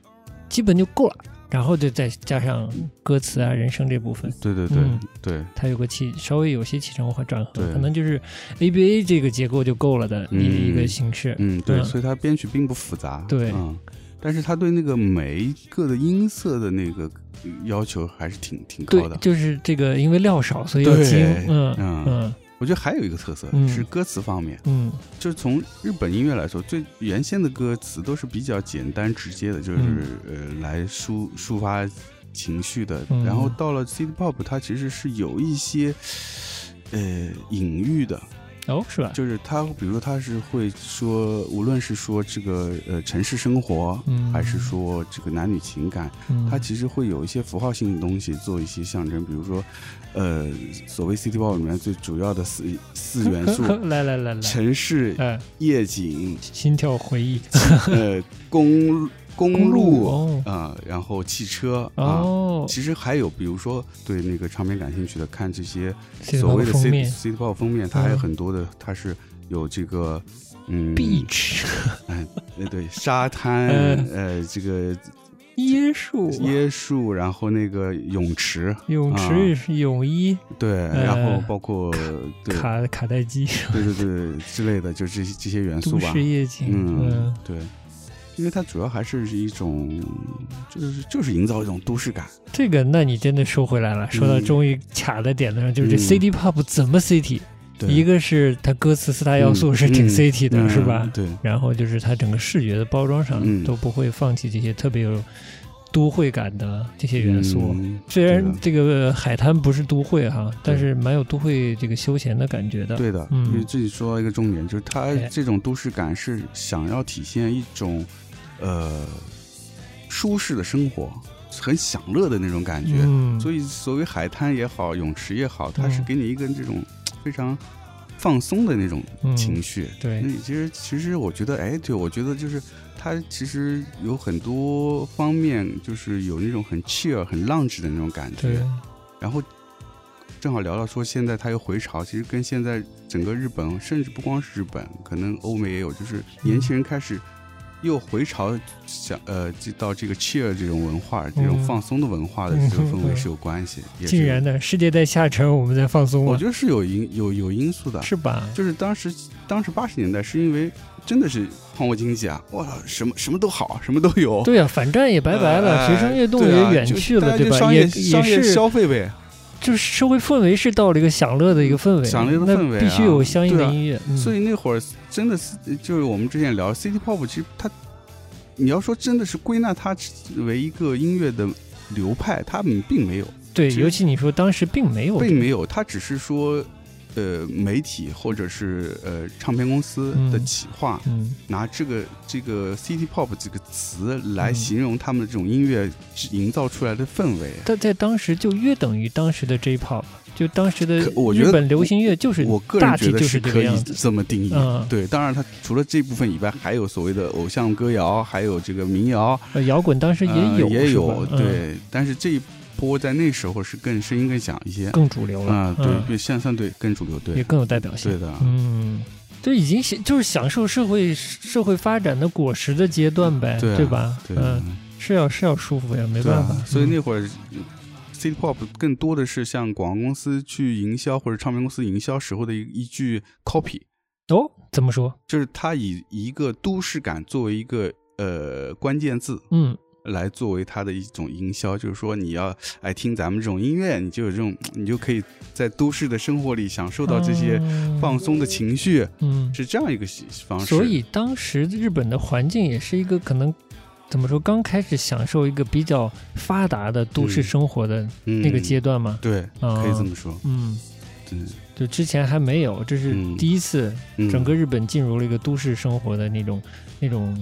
S1: 基本就够了。然后就再加上歌词啊、人声这部分，
S2: 对对对、
S1: 嗯
S2: 对，
S1: 它有个起稍微有些起承和转合，
S2: 对
S1: 可能就是 ABA 这个结构就够了的一、
S2: 嗯
S1: 一个形式。
S2: 嗯对，
S1: 嗯
S2: 所以它编曲并不复杂，
S1: 对
S2: 嗯，但是它对那个每一个的音色的那个要求还是挺挺
S1: 对
S2: 高的，，
S1: 就是这个，因为料少，所以要精。嗯
S2: 嗯
S1: 嗯
S2: 我觉得还有一个特色、
S1: 嗯
S2: 是歌词方面，
S1: 嗯
S2: 就是从日本音乐来说，最原先的歌词都是比较简单直接的，就是、呃来抒抒发情绪的。
S1: 嗯
S2: 然后到了 City Pop，它其实是有一些呃隐喻的，
S1: 哦，是吧？
S2: 就是它比如说它是会说，无论是说这个呃城市生活，
S1: 嗯
S2: 还是说这个男女情感，
S1: 嗯
S2: 它其实会有一些符号性的东西做一些象征，比如说，呃，所谓 City Pop 里面最主要的四四元素：
S1: 来来来来，
S2: 城市、
S1: 哎，
S2: 夜景、
S1: 心跳回 忆，
S2: 呃，公公路
S1: 哦
S2: 啊、然后汽车啊。
S1: 哦，
S2: 其实还有，比如说对那个唱片感兴趣的，看这些
S1: 这
S2: 所谓的
S1: 封
S2: City
S1: 面
S2: City Pop 封面，它还有
S1: 嗯
S2: 很多的，它是有这个嗯，
S1: ，beach
S2: 呃对，沙滩，
S1: 嗯
S2: 呃，这个
S1: 椰树
S2: 椰树，然后那个泳池，
S1: 泳池、泳衣、
S2: 对，
S1: 呃
S2: 然后包括啊对
S1: 卡卡带机、
S2: 对对对之类的，就这些这些元素
S1: 都
S2: 吧
S1: 市。夜景，
S2: 嗯，对，因为它主要还是一种，就是就是营造一种都市感。
S1: 这个，那你真的说回来了，说到
S2: 嗯
S1: 终于卡在点子上，就是这
S2: 嗯
S1: City Pop 怎么 City？
S2: 对，
S1: 一个是它歌词四大要素是挺
S2: 嗯
S1: City 的，
S2: 嗯
S1: 是吧？
S2: 对，
S1: 然后就是它整个视觉的包装上
S2: 嗯
S1: 都不会放弃这些特别有都会感的这些元素。
S2: 嗯
S1: 虽
S2: 对
S1: 然
S2: 的
S1: 这个海滩不是都会哈，但
S2: 对
S1: 是蛮有都会这个休闲的感觉的。
S2: 对的，
S1: 嗯
S2: 因为这里说到一个重点，就是它
S1: 哎
S2: 这种都市感是想要体现一种，呃，舒适的生活，很享乐的那种感觉。
S1: 嗯，
S2: 所
S1: 以
S2: 以，所谓海滩也好，泳池也好，它是
S1: 嗯
S2: 给你一个这种非常放松的那种
S1: 嗯
S2: 情绪。嗯
S1: 对
S2: 那，你其实，其实我觉得，哎，对我觉得就是它其实有很多方面，就是有那种很 chill、很浪子的那种感
S1: 对
S2: 觉。，然后正好聊到说，现在它又回潮，其实跟现在整个日本，甚至不光是日本，可能欧美也有，就是年轻人开始又回潮，想呃，这到这个 cheer 这种文化，这种
S1: 嗯
S2: 放松的文化的这个
S1: 嗯
S2: 氛围是有关系，也
S1: 竟然
S2: 是
S1: 呢，世界在下沉，我们在放松
S2: 我
S1: 了
S2: 觉，得是有因有有因素的，
S1: 是吧？
S2: 就是当时当时八十年代是因为真的是泡沫经济啊，哇，什么什么都好，啊什么都有。
S1: 对呀、啊反战也白白了，
S2: 呃
S1: 学生运动
S2: 对啊
S1: 也远
S2: 就
S1: 去
S2: 大
S1: 了，
S2: 家
S1: 对
S2: 就
S1: 吧？
S2: 商
S1: 也
S2: 业
S1: 也
S2: 商业
S1: 是
S2: 消费呗，
S1: 就是社会氛围是到了一个享乐的一个氛围，
S2: 享乐的氛围
S1: 那
S2: 啊
S1: 必须有相应的
S2: 对啊
S1: 音乐。嗯、
S2: 所以那会儿真的是，就是我们之前聊 City Pop，其实它，你要说真的是归纳它为一个音乐的流派，他们并没有，
S1: 对，
S2: 其实
S1: 尤其你说当时并没有，
S2: 并没有，他只是说，呃，媒体或者是呃唱片公司的
S1: 嗯
S2: 企划，
S1: 嗯
S2: 拿这个这个 City Pop 这个词来
S1: 嗯
S2: 形容他们的这种音乐营造出来的氛围。
S1: 但在当时就约等于当时的 J-pop，就当时的
S2: 可我觉
S1: 日
S2: 得
S1: 本流行乐就是
S2: 我个
S1: 大
S2: 人
S1: 体
S2: 觉得
S1: 就是这
S2: 可
S1: 个
S2: 以
S1: 样子。
S2: 这么定义。
S1: 嗯
S2: 对，当然，它除了这部分以外，还有所谓的偶像歌谣，还有这个民谣，
S1: 呃摇滚当时
S2: 呃
S1: 也有，
S2: 也
S1: 是
S2: 有，
S1: 吧，嗯
S2: 对。但是这一波在那时候是更声音更响一些，
S1: 更主流了，
S2: 啊，
S1: 嗯
S2: 对，越相相对更主流，
S1: 也
S2: 对，
S1: 更有代表性。
S2: 对的，
S1: 嗯，就已经享就是享受社会社会发展的果实的阶段呗，
S2: 对啊
S1: 吧？
S2: 对的
S1: 嗯，，是要是要舒服呀，没
S2: 对
S1: 办法。
S2: 啊所以
S1: 嗯
S2: 那会儿。City Pop 更多的是像广告公司去营销或者唱片公司营销时候的一一句 copy，
S1: 哦，怎么说？
S2: 就是它以一个都市感作为一个呃关键字，
S1: 嗯，
S2: 来作为它的一种营销，就是说你要哎听咱们这种音乐，你就有这种，你就可以在都市的生活里享受到这些
S1: 嗯
S2: 放松的情绪，
S1: 嗯，
S2: 是这样一个喜方式。
S1: 所以当时日本的环境也是一个可能。怎么说？刚开始享受一个比较发达的都市
S2: 嗯
S1: 生活的那
S2: 那
S1: 个阶段嘛，
S2: 对，
S1: 啊
S2: 可以这么说，
S1: 嗯，就
S2: 对，
S1: 之前还没有，这是
S2: 嗯
S1: 第一次
S2: 嗯
S1: 整个日本进入了一个都市生活的那种那种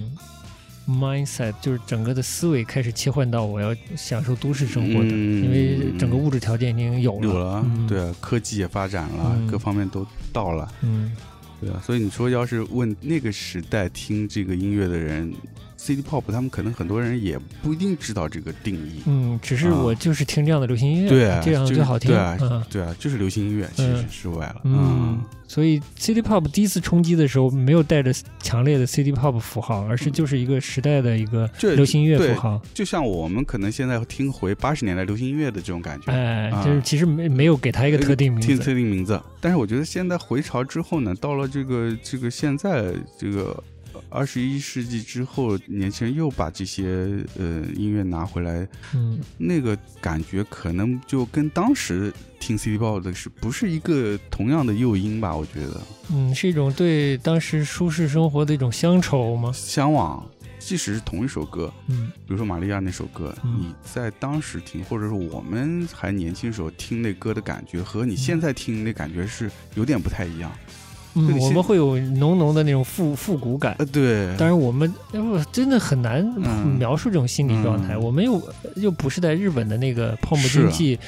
S1: mindset，就是整个的思维开始切换到我要享受都市生活的，
S2: 嗯
S1: 因为整个物质条件已经有了。
S2: 有了
S1: 嗯，
S2: 对啊，科技也发展了
S1: 嗯，
S2: 各方面都到了，
S1: 嗯，
S2: 对啊，所以你说要是问那个时代听这个音乐的人，City Pop 他们可能很多人也不一定知道这个定义，
S1: 嗯，只是我就是听这样的流行音乐，
S2: 啊对啊
S1: 这样
S2: 就是
S1: 最好听。
S2: 对啊
S1: 嗯
S2: 对啊，就是流行音乐，其实
S1: 嗯
S2: 是歪了，
S1: 嗯，所以 City Pop 第一次冲击的时候，没有带着强烈的 City Pop 符号，而是就是一个时代的一个
S2: 这
S1: 流行音乐
S2: 对
S1: 符号。
S2: 就像我们可能现在听回八十年代流行音乐的这种感觉，
S1: 哎，
S2: 啊
S1: 就是其实没没有给他一个特定名
S2: 听
S1: 字。
S2: 特定名字。但是我觉得现在回潮之后呢，到了这个这个现在这个二十一世纪之后，年轻人又把这些呃音乐拿回来，
S1: 嗯，
S2: 那个感觉可能就跟当时听 City Pop 的是不是一个同样的诱因吧？我觉得
S1: 嗯，是一种对当时舒适生活的一种乡愁吗？
S2: 向往，即使是同一首歌，
S1: 嗯
S2: 比如说玛利亚那首歌，
S1: 嗯
S2: 你在当时听，或者是我们还年轻时候听那歌的感觉，和
S1: 嗯
S2: 你现在听那感觉是有点不太一样。对
S1: 嗯，
S2: 你
S1: 我
S2: 现
S1: 们会有浓浓的那种复复古感。
S2: 呃，对，
S1: 当然，我们哎我真的很难
S2: 嗯
S1: 描述这种心理状态。
S2: 嗯
S1: 我们又又不是在日本的那个泡沫
S2: 是啊
S1: 经济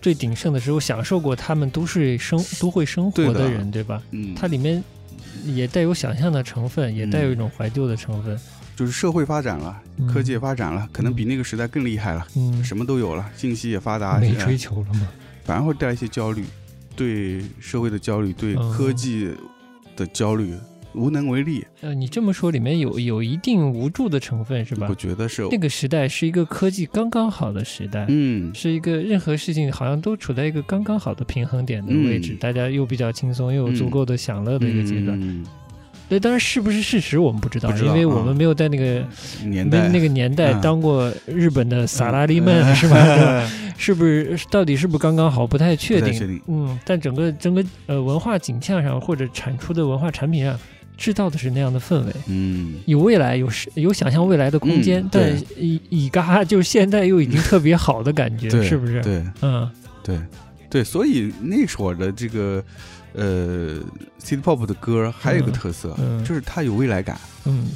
S1: 最鼎盛的时候享受过他们都市生都会生活
S2: 对的
S1: 的人，对吧？
S2: 嗯，
S1: 它里面也带有想象的成分，也带有一种怀旧的成分。
S2: 就是社会发展了，
S1: 嗯
S2: 科技也发展了，可能比那个时代更厉害了，
S1: 嗯，
S2: 什么都有了，信息也发达，
S1: 没
S2: 呃
S1: 追求了吗？
S2: 反而会带来一些焦虑，对社会的焦虑，对
S1: 嗯
S2: 科技的焦虑，无能为力，
S1: 呃，你这么说，里面有有一定无助的成分，是吧
S2: 我？觉得是，
S1: 那个时代是一个科技刚刚好的时代。
S2: 嗯，
S1: 是一个任何事情好像都处在一个刚刚好的平衡点的位置，
S2: 嗯
S1: 大家又比较轻松，又有足够的享乐的一个阶段。
S2: 嗯
S1: 那、当然是不是事实我们不知道，
S2: 不知道
S1: 因为我们没有在那个、
S2: 年
S1: 那
S2: 代
S1: 那个年代
S2: 嗯
S1: 当过日本的萨拉利曼、
S2: 嗯
S1: 是吧？ 是不是到底是不是刚刚好，不太确定。
S2: 不太确定
S1: 嗯，但整个整个呃文化景象上或者产出的文化产品上，制造的是那样的氛围。
S2: 嗯，
S1: 有未来，有是有想象未来的空间，
S2: 嗯
S1: 但
S2: 对
S1: 以以嘎就是现在又已经特别好的感觉，
S2: 对，
S1: 是不是？
S2: 对。
S1: 嗯，
S2: 对，对，所以那会儿的这个呃 City Pop 的歌还有一个
S1: 嗯
S2: 特色，
S1: 嗯
S2: 就是它有未来感。
S1: 嗯，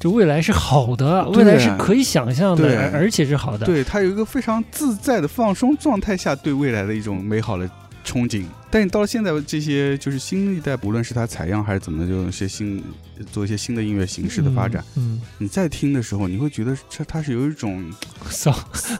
S1: 就未来是好的，
S2: 对
S1: 未
S2: 啊
S1: 来是可以想象的，
S2: 对
S1: 而而且是好的。
S2: 对，它有一个非常自在的放松状态下对未来的一种美好的憧憬。但你到了现在这些就是新一代，无论是它采样还是怎么的，就有一些新做一些新的音乐形式的发展，
S1: 嗯，
S2: 你在听的时候，你会觉得这它是有一种
S1: 嗯，骚、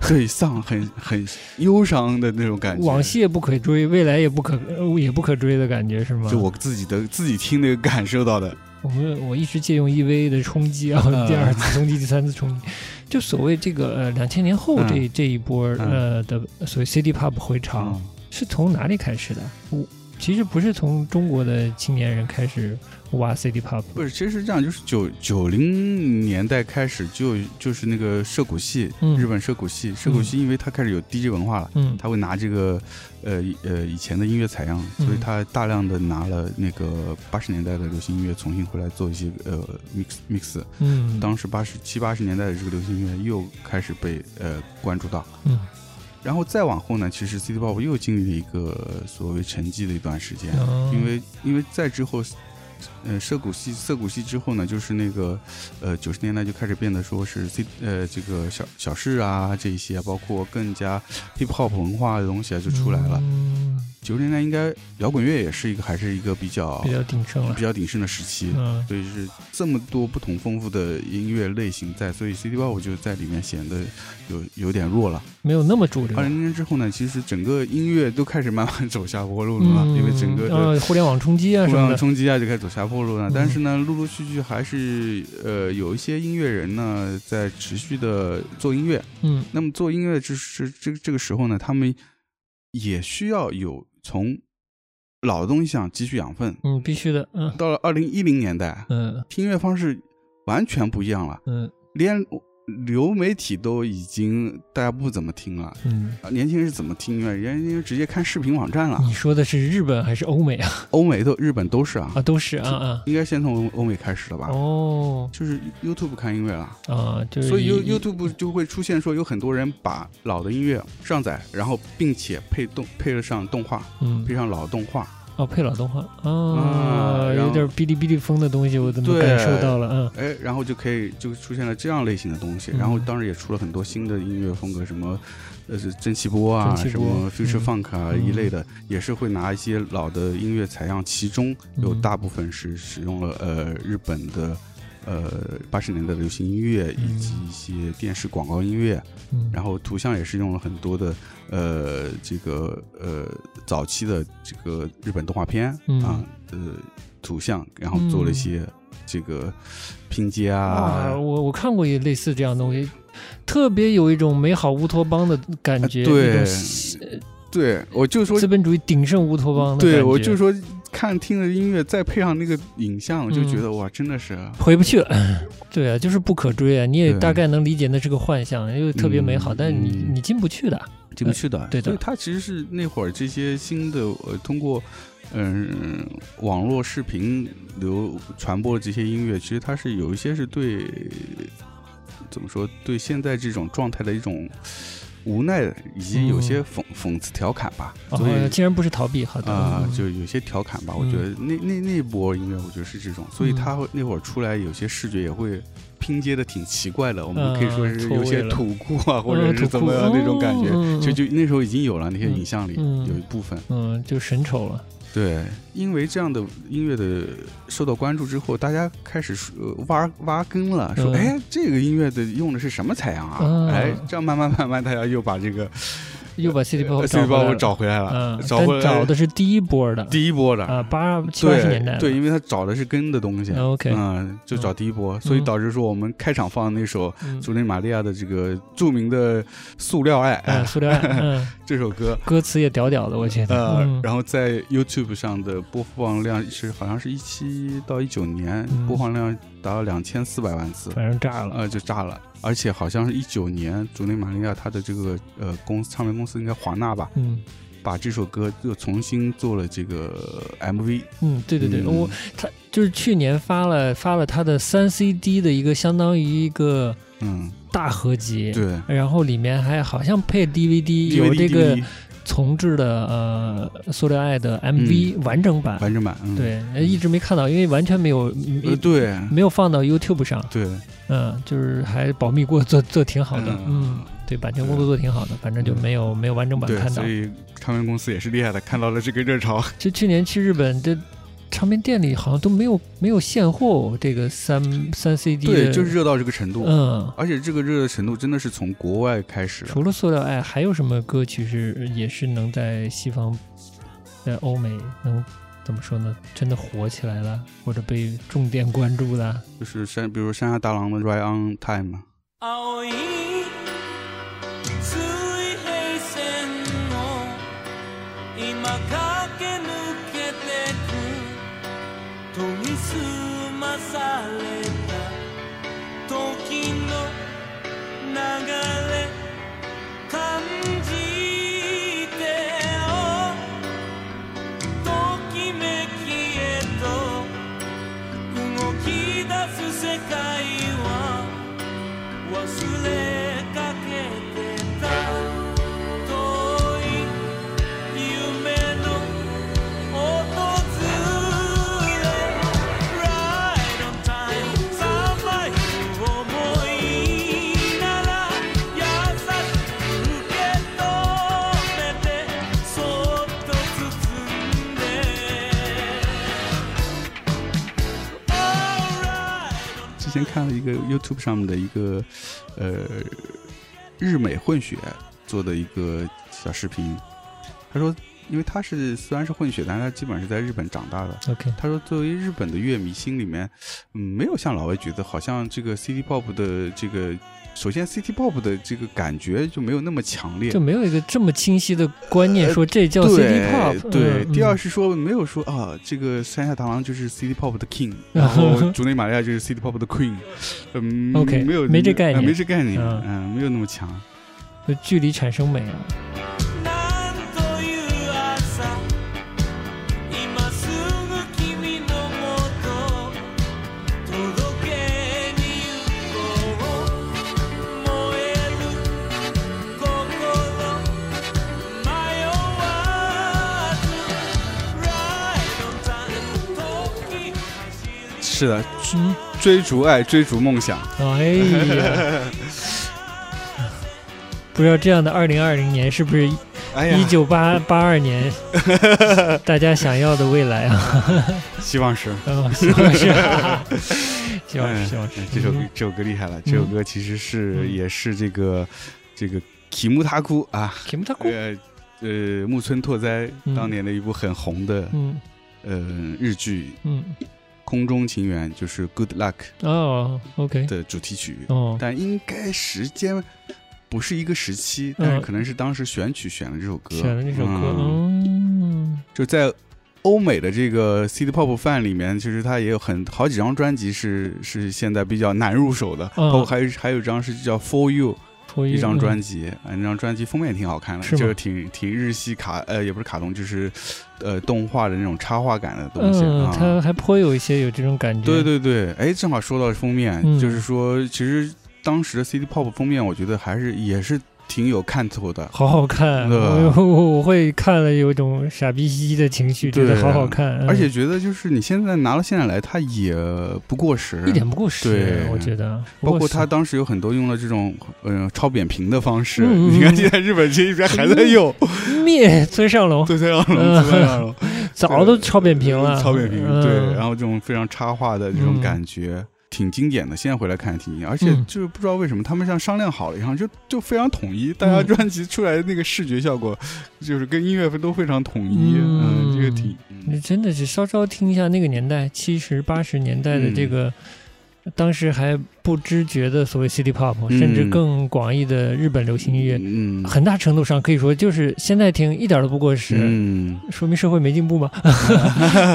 S2: 对丧、很很忧伤的那种感觉。
S1: 往昔也不可追，未来也不可呃也不可追的感觉是吗？
S2: 就我自己的自己听那个感受到的，
S1: 我们我一直借用 EVA 的冲击啊，
S2: 嗯
S1: 第二次冲击，第三次冲击，就所谓这个呃两千年后这、这一波、
S2: 嗯
S1: 呃的所谓 CD pop 回潮、
S2: 嗯
S1: 是从哪里开始的？我其实不是从中国的青年人开始挖 City Pop，
S2: 不是，其实是这样，就是九九零年代开始就就是那个涉谷系，
S1: 嗯
S2: 日本涉谷系，涉谷系，因为它开始有 DJ 文化了，
S1: 嗯
S2: 他会拿这个呃呃以前的音乐采样，
S1: 嗯
S2: 所以他大量的拿了那个八十年代的流行音乐重新回来做一些呃 mix mix。
S1: 嗯，
S2: 当时八十七八十年代的这个流行音乐又开始被呃关注到，
S1: 嗯
S2: 然后再往后呢，其实 City Pop 又经历了一个所谓沉寂的一段时间，
S1: 哦
S2: 因为因为在之后，呃，涉谷系涩谷系之后呢，就是那个呃九十年代就开始变得说是 C 呃这个小小市啊这一些，包括更加 hip hop 文化的东西啊就出来了。
S1: 嗯
S2: 九十、年代应该摇滚乐也是一个还是一个比较
S1: 比较鼎盛了
S2: 比，较鼎盛的时期。
S1: 嗯
S2: 所以是这么多不同丰富的音乐类型在，所以 City Pop 就在里面显得有有点弱了。
S1: 没有那么主流
S2: 二。零年之后呢，其实整个音乐都开始慢慢走下坡路了
S1: 嗯
S2: 嘛，因为整个的
S1: 呃互联网冲击啊
S2: 互
S1: 什么
S2: 联网
S1: 的，
S2: 冲击啊，就开始走下坡路了。
S1: 嗯
S2: 但是呢，陆陆续续还是呃有一些音乐人呢在持续的做音乐。
S1: 嗯
S2: 那么做音乐就是这这个时候呢，他们也需要有从老东西上汲取养分。
S1: 嗯，必须的，嗯
S2: 到了二零一零年代，
S1: 嗯
S2: 听音乐方式完全不一样了，
S1: 嗯
S2: 连流媒体都已经大家不怎么听了。
S1: 嗯，
S2: 啊，年轻人是怎么听音乐？年轻人直接看视频网站了，
S1: 你说的是日本还是欧美啊？
S2: 欧美都日本都是啊
S1: 啊，，都是啊啊，
S2: 应该先从欧美开始了吧？
S1: 哦
S2: 就是 YouTube 看音乐了，
S1: 啊，就是
S2: 所以 You
S1: 以
S2: YouTube 就会出现说有很多人把老的音乐上载，然后并且配动配了上动画，
S1: 嗯
S2: 配上老动画，
S1: 哦配老动画啊，
S2: 啊然后
S1: 有点哔哩哔哩风的东西，我怎么
S2: 对
S1: 感受到了？嗯
S2: 哎，然后就可以就出现了这样类型的东西。
S1: 嗯
S2: 然后当然也出了很多新的音乐风格，什么呃是蒸汽波啊，
S1: 蒸汽
S2: 什
S1: 波
S2: 么 future
S1: 嗯
S2: funk 啊、
S1: 嗯
S2: 一类的，也是会拿一些老的音乐采样，其中有
S1: 嗯
S2: 大部分是使用了呃日本的。呃，八十年代的流行音乐
S1: 嗯
S2: 以及一些电视广告音乐，
S1: 嗯，
S2: 然后图像也是用了很多的呃，这个呃早期的这个日本动画片、
S1: 嗯
S2: 啊，呃图像，然后做了一些这个拼接啊，
S1: 啊，我我看过也类似这样的东西，特别有一种美好乌托邦的感觉，
S2: 啊对
S1: 一种西
S2: 对我就说
S1: 资，本主义鼎盛乌托邦的感觉，
S2: 对我就说看听的音乐，再配上那个影像，我就觉
S1: 嗯
S2: 得、哇，真的是
S1: 回不去了。 对啊，就是不可追啊！你也
S2: 对
S1: 大概能理解那是个幻象，又特别美好，
S2: 嗯
S1: 但是你
S2: 嗯
S1: 你进不去的。
S2: 进不去的。
S1: 呃对的
S2: 所以它其实是那会儿这些新的呃，通过嗯、网络视频流传播的这些音乐，其实它是有一些是对怎么说对现在这种状态的一种无奈，以及有些讽、讽刺调侃吧。所以
S1: 嗯哦，既然不是逃避，好的，
S2: 啊、
S1: 嗯
S2: 就有些调侃吧，
S1: 嗯
S2: 我觉得那那那波音乐，我觉得是这种，所以
S1: 嗯
S2: 他会那会儿出来有些视觉也会拼接的挺奇怪的，我们
S1: 啊
S2: 可以说是有些
S1: 错嗯
S2: 土库啊，或者是怎么
S1: 土
S2: 样
S1: 库
S2: 那种感觉，
S1: 嗯嗯嗯
S2: 就就那时候已经有了那些
S1: 嗯
S2: 影像里
S1: 嗯
S2: 有一部分，
S1: 嗯，就神丑了。
S2: 对，因为这样的音乐的受到关注之后，大家开始说呃挖挖根了，说
S1: 嗯
S2: 哎这个音乐的用的是什么采样
S1: 啊
S2: 啊？哎，这样慢慢慢慢大家又把这个
S1: 又 把 City Pop
S2: 所以把我找
S1: 找
S2: 回来
S1: 回来
S2: 了
S1: 了，嗯，，
S2: 找回
S1: 但
S2: 来
S1: 找的是第一波的
S2: 第一波的
S1: 啊，八七八
S2: 对
S1: 十年代的
S2: 对，因为他找的是根的东西。
S1: 啊，OK，
S2: 嗯，就找第一波，所以导致说我们开场放的那首
S1: 嗯
S2: 竹内玛利亚的这个著名的《塑料爱》哎
S1: 嗯，塑 料爱，嗯，
S2: 这首歌，
S1: 歌词也屌屌的，我觉得，
S2: 呃，
S1: 嗯
S2: 然后在 YouTube 上的播放量是好像是一七到一九年、
S1: 嗯
S2: 播放量达到两千四百万次，
S1: 反正炸了，
S2: 呃，就炸了，而且好像是一九年竹内玛利亚他的这个呃公司唱片公司应该华纳吧，
S1: 嗯
S2: 把这首歌又重新做了这个 MV，
S1: 嗯，对对对，
S2: 嗯
S1: 我他就是去年发了发了他的三 CD 的一个相当于一个
S2: 嗯，
S1: 大合集，
S2: 对。
S1: 然后里面还好像配 DVD 有
S2: DVD
S1: 这个重制的呃塑料爱的 MV 完整版，
S2: 嗯完整版，嗯，
S1: 对，呃一直没看到，因为完全没有
S2: 呃，
S1: 没
S2: 对
S1: 没有放到 YouTube 上，
S2: 对，
S1: 嗯，就是还保密过，做做挺好的，嗯
S2: 嗯，
S1: 对，版权工作做挺好的，反正就没有没有完整版
S2: 对，
S1: 看到
S2: 所。以唱片公司也是厉害的，看到了这个热潮。
S1: 就去年去日本这。唱片店里好像都没有没有现货，这个三三 CD
S2: 对，
S1: 的
S2: 就是热到这个程度，
S1: 嗯，
S2: 而且这个热的程度真的是从国外开始的。
S1: 除了塑料爱，还有什么歌曲是也是能在西方，在欧美能怎么说呢？真的火起来了，或者被重点关注的？
S2: 就是山，比如山下达郎的《Right on Time》，
S3: 青い水平線を今駆け抜け研ぎ澄まされた時の流れ感じてよときめきへと動き出す世界は忘れかけてた遠い夢の訪れ Right on time さまよう想いなら優しく受け止めてそっと包んで Alright on
S2: 之前看了一个 YouTube 上面的一个呃日美混血做的一个小视频，他说，因为他是虽然是混血，但是他基本上是在日本长大的。
S1: OK，
S2: 他说，作为日本的乐迷心里面，嗯，没有像老外觉得好像这个 City Pop 的这个，首先 City Pop 的这个感觉就没有那么强烈
S1: 就。没有一个这么清晰的观念，
S2: 呃
S1: 说这叫 CD
S2: 对
S1: pop。
S2: 对，
S1: 嗯
S2: 第二
S1: 嗯
S2: 是说没有说啊，这个山下达郎就是 City Pop 的 King，然后竹内玛利亚就是 City Pop 的 Queen，嗯
S1: OK，
S2: 没有
S1: 没这概念
S2: 呃没这概念，
S1: 嗯
S2: 嗯，没有那么强。
S1: 就距离产生美啊。
S3: なんという朝今すぐ君のもと届けに行こう燃える心迷わず Right on time 時走り
S2: 是的，追逐爱，追逐梦想，
S1: 哎呀，不知道这样的二零二零年是不是
S2: 哎
S1: 一九八八二 年大家想要的未来啊？
S2: 希望是。
S1: 嗯，希望是， 希望是，希望是
S2: 哎。这首歌这首歌厉害了，这首歌其实是
S1: 嗯
S2: 也是这个这个キムタク啊，
S1: Kim t a k
S2: 呃呃木村拓哉
S1: 嗯
S2: 当年的一部很红的
S1: 嗯
S2: 呃日剧
S1: 嗯，
S2: 《空中情缘》，就是《Good Luck
S1: 哦，OK，》
S2: 的主题曲，
S1: 哦，
S2: 但应该时间不是一个时期，
S1: 嗯
S2: 但是可能是当时选曲选了这首歌，
S1: 选了这首歌，
S2: 嗯
S1: 嗯，
S2: 就在欧美的这个 City Pop 范里面，其实它也有很好几张专辑是是现在比较难入手的，
S1: 嗯
S2: 包括还有还有一张是叫 For You
S1: 出
S2: 一张专
S1: 辑，
S2: 辑，啊，那张专辑封面也挺好看的，
S1: 是吗
S2: 就是挺挺日系卡呃也不是卡通，就是呃动画的那种插画感的东西
S1: 嗯，它
S2: 啊。
S1: 还颇有一些有这种感觉，
S2: 对，对对，哎，正好说到封面，
S1: 嗯
S2: 就是说其实当时的 City Pop 封面，我觉得还是也是挺有看头的。
S1: 好好看，
S2: 对吧
S1: 我我我会看了有一种傻逼兮兮的情绪，觉
S2: 对啊
S1: 得好好看，嗯
S2: 而且觉得就是你现在拿到现在来，它也不过时，
S1: 一点不过时
S2: 对，
S1: 我觉得，不
S2: 包
S1: 过
S2: 括
S1: 时
S2: 他当时有很多用了这种呃超扁平的方式，
S1: 嗯嗯
S2: 你看
S1: 嗯
S2: 现在日本这一边还 在用，
S1: 灭村上龙
S2: 对，崔阳
S1: 嗯
S2: 龙，崔阳龙，
S1: 早都超扁平了，
S2: 嗯超扁平，
S1: 嗯
S2: 对，然后这种非常插画的这种
S1: 嗯
S2: 感觉。挺经典的，现在回来看挺经典，而且
S1: 嗯
S2: 就是不知道为什么他们像商量好了一样，就就非常统一，大家
S1: 嗯
S2: 专辑出来的那个视觉效果，就是跟音乐都非常统一，
S1: 嗯
S2: 嗯，这个挺，
S1: 那真的是稍稍听一下那个年代，七十八十年代的
S2: 嗯
S1: 这个，当时还不知觉的所谓 City Pop，、
S2: 嗯
S1: 甚至更广义的日本流行音乐，
S2: 嗯，
S1: 很大程度上可以说就是现在听一点都不过时，
S2: 嗯，
S1: 说明社会没进 步嘛。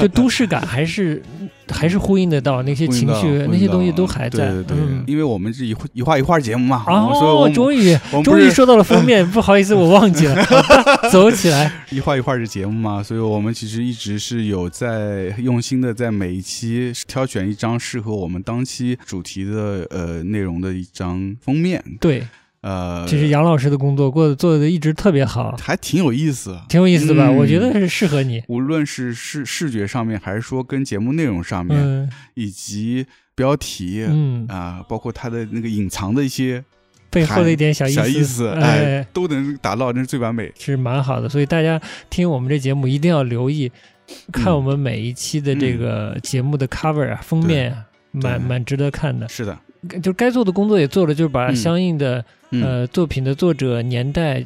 S1: 就都市感还是还是呼应得到那些
S2: 不知
S1: 情
S2: 道
S1: 绪，那些东西都还在。
S2: 对对对，
S1: 嗯
S2: 因为我们是一一画一画节目嘛，
S1: 哦，
S2: 所以我们
S1: 终于
S2: 我们不
S1: 终于
S2: 是
S1: 说到了封面，不好意思，我忘记 了。好的走起来，
S2: 一画一画的节目嘛，所以我们其实一直是有在用心的，在每一期挑选一张适合我们当期主题的呃内容的一张封面，
S1: 对，
S2: 呃，
S1: 这是杨老师的工作，过得做的一直特别好。
S2: 还挺有意思。
S1: 挺有意思的吧？
S2: 嗯
S1: 我觉得是适合你。
S2: 无论是视视觉上面，还是说跟节目内容上面，
S1: 嗯
S2: 以及标题啊、
S1: 嗯，
S2: 包括它的那个隐藏的一些
S1: 背后的一点小意
S2: 小意
S1: 思，
S2: 哎，
S1: 哎，
S2: 都能达到，那是最完美。
S1: 是蛮好的。所以大家听我们这节目一定要留意，
S2: 嗯
S1: 看我们每一期的这个节目的 cover 啊，封面啊，蛮
S2: 对
S1: 蛮值得看的。
S2: 是的，
S1: 就是该做的工作也做了，就是把
S2: 嗯
S1: 相应的
S2: 嗯、
S1: 呃作品的作者、年代、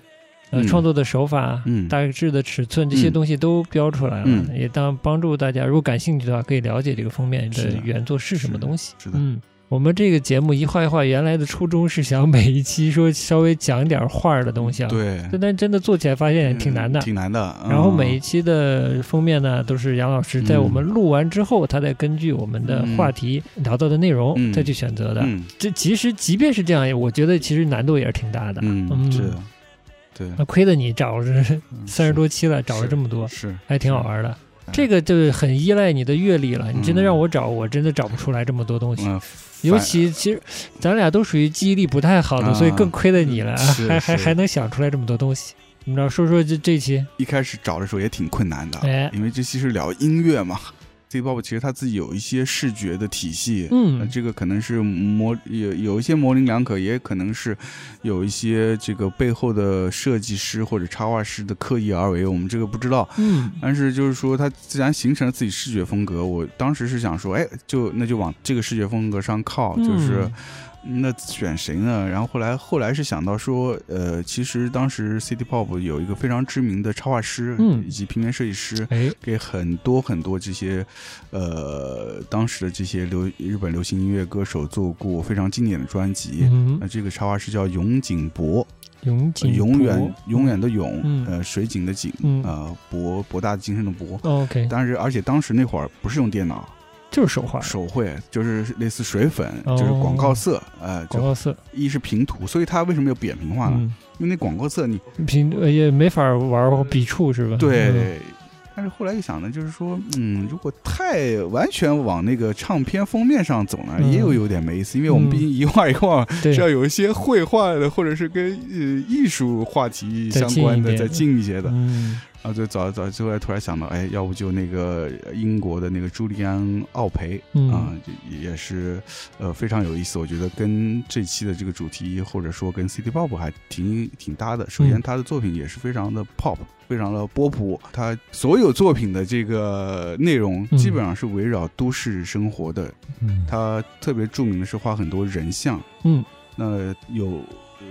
S1: 呃
S2: 嗯
S1: 创作的手法、
S2: 嗯
S1: 大致的尺寸这些
S2: 嗯
S1: 东西都标出来了，
S2: 嗯
S1: 也当帮助大家，如果感兴趣的话，可以了解这个封面
S2: 是
S1: 的
S2: 的
S1: 原作是什么
S2: 是的
S1: 东西。
S2: 是的
S1: 嗯，我们这个节目一画一画，原来的初衷是想每一期说稍微讲一点画儿的东西啊，
S2: 对，
S1: 但但真的做起来发现挺难的
S2: 嗯。挺难的。嗯
S1: 然后每一期的封面呢，都是杨老师在我们录完之后，他再根据我们的话题聊到的内容、
S2: 嗯
S1: 再去选择的。
S2: 嗯
S1: 这其实即便是这样，我觉得其实难度也是挺大的。
S2: 嗯
S1: 嗯
S2: 是的，对，
S1: 那亏得你找着
S2: 嗯
S1: 三十多期了，找
S2: 是
S1: 了这么多，
S2: 是
S1: 还挺好玩的。
S2: 嗯
S1: 这个就是很依赖你的阅历了。你真的
S2: 嗯
S1: 让我找，我真的找不出来这么多东西。
S2: 嗯，
S1: 尤其其实咱俩都属于记忆力不太好的，
S2: 啊
S1: 所以更亏得你了，啊
S2: 是
S1: 还还
S2: 是
S1: 还能想出来这么多东西。怎么着？说说这这期，
S2: 一开始找的时候也挺困难的，啊
S1: 哎
S2: 因为这期是聊音乐嘛。Z Pop 其实他自己有一些视觉的体系，
S1: 嗯
S2: 呃这个可能是模有有一些模棱两可，也可能是有一些这个背后的设计师或者插画师的刻意而为，我们这个不知道。
S1: 嗯
S2: 但是就是说，它自然形成了自己视觉风格。我当时是想说，哎，就那就往这个视觉风格上靠，哦就是
S1: 嗯
S2: 那选谁呢？然后后来后来是想到说，呃，其实当时 City Pop 有一个非常知名的插画师
S1: 嗯
S2: 以及平面设计师，
S1: 哎，
S2: 给很多很多这些，呃，当时的这些流日本流行音乐歌手做过非常经典的专辑。
S1: 嗯
S2: 那，这个插画师叫永井博，呃
S1: 永井
S2: 永
S1: 博
S2: 远永远的永，
S1: 嗯
S2: 呃，水井的井，
S1: 嗯哦
S2: 呃，博博大精深的博。
S1: OK，
S2: 但是而且当时那会儿不是用电脑，
S1: 就是手画
S2: 手绘就是类似水粉，
S1: 哦
S2: 就是广告色，呃，
S1: 广
S2: 就
S1: 告色，
S2: 一是平涂，所以它为什么要扁平化呢？
S1: 嗯，
S2: 因为那广告色你
S1: 平呃也没法玩笔触是吧？嗯，
S2: 对。但是后来又想呢，就是说，嗯，如果太完全往那个唱片封面上走呢，
S1: 嗯
S2: 也有有点没意思，因为我们毕竟一画一画是要
S1: 对，
S2: 有一些绘画的，或者是跟呃艺术话题
S1: 再
S2: 相
S1: 近
S2: 关
S1: 一
S2: 的，
S1: 点
S2: 再近一些的。
S1: 嗯，
S2: 啊，对，早早最后突然想到，哎，要不就那个英国的那个朱利安·奥培
S1: 嗯
S2: 啊、也也是呃非常有意思，我觉得跟这期的这个主题或者说跟 City Pop 还挺挺搭的。首先，
S1: 嗯
S2: 他的作品也是非常的 pop，非常的波普，他所有作品的这个内容
S1: 嗯
S2: 基本上是围绕都市生活的。
S1: 嗯
S2: 他特别著名的是画很多人像，
S1: 嗯，
S2: 那有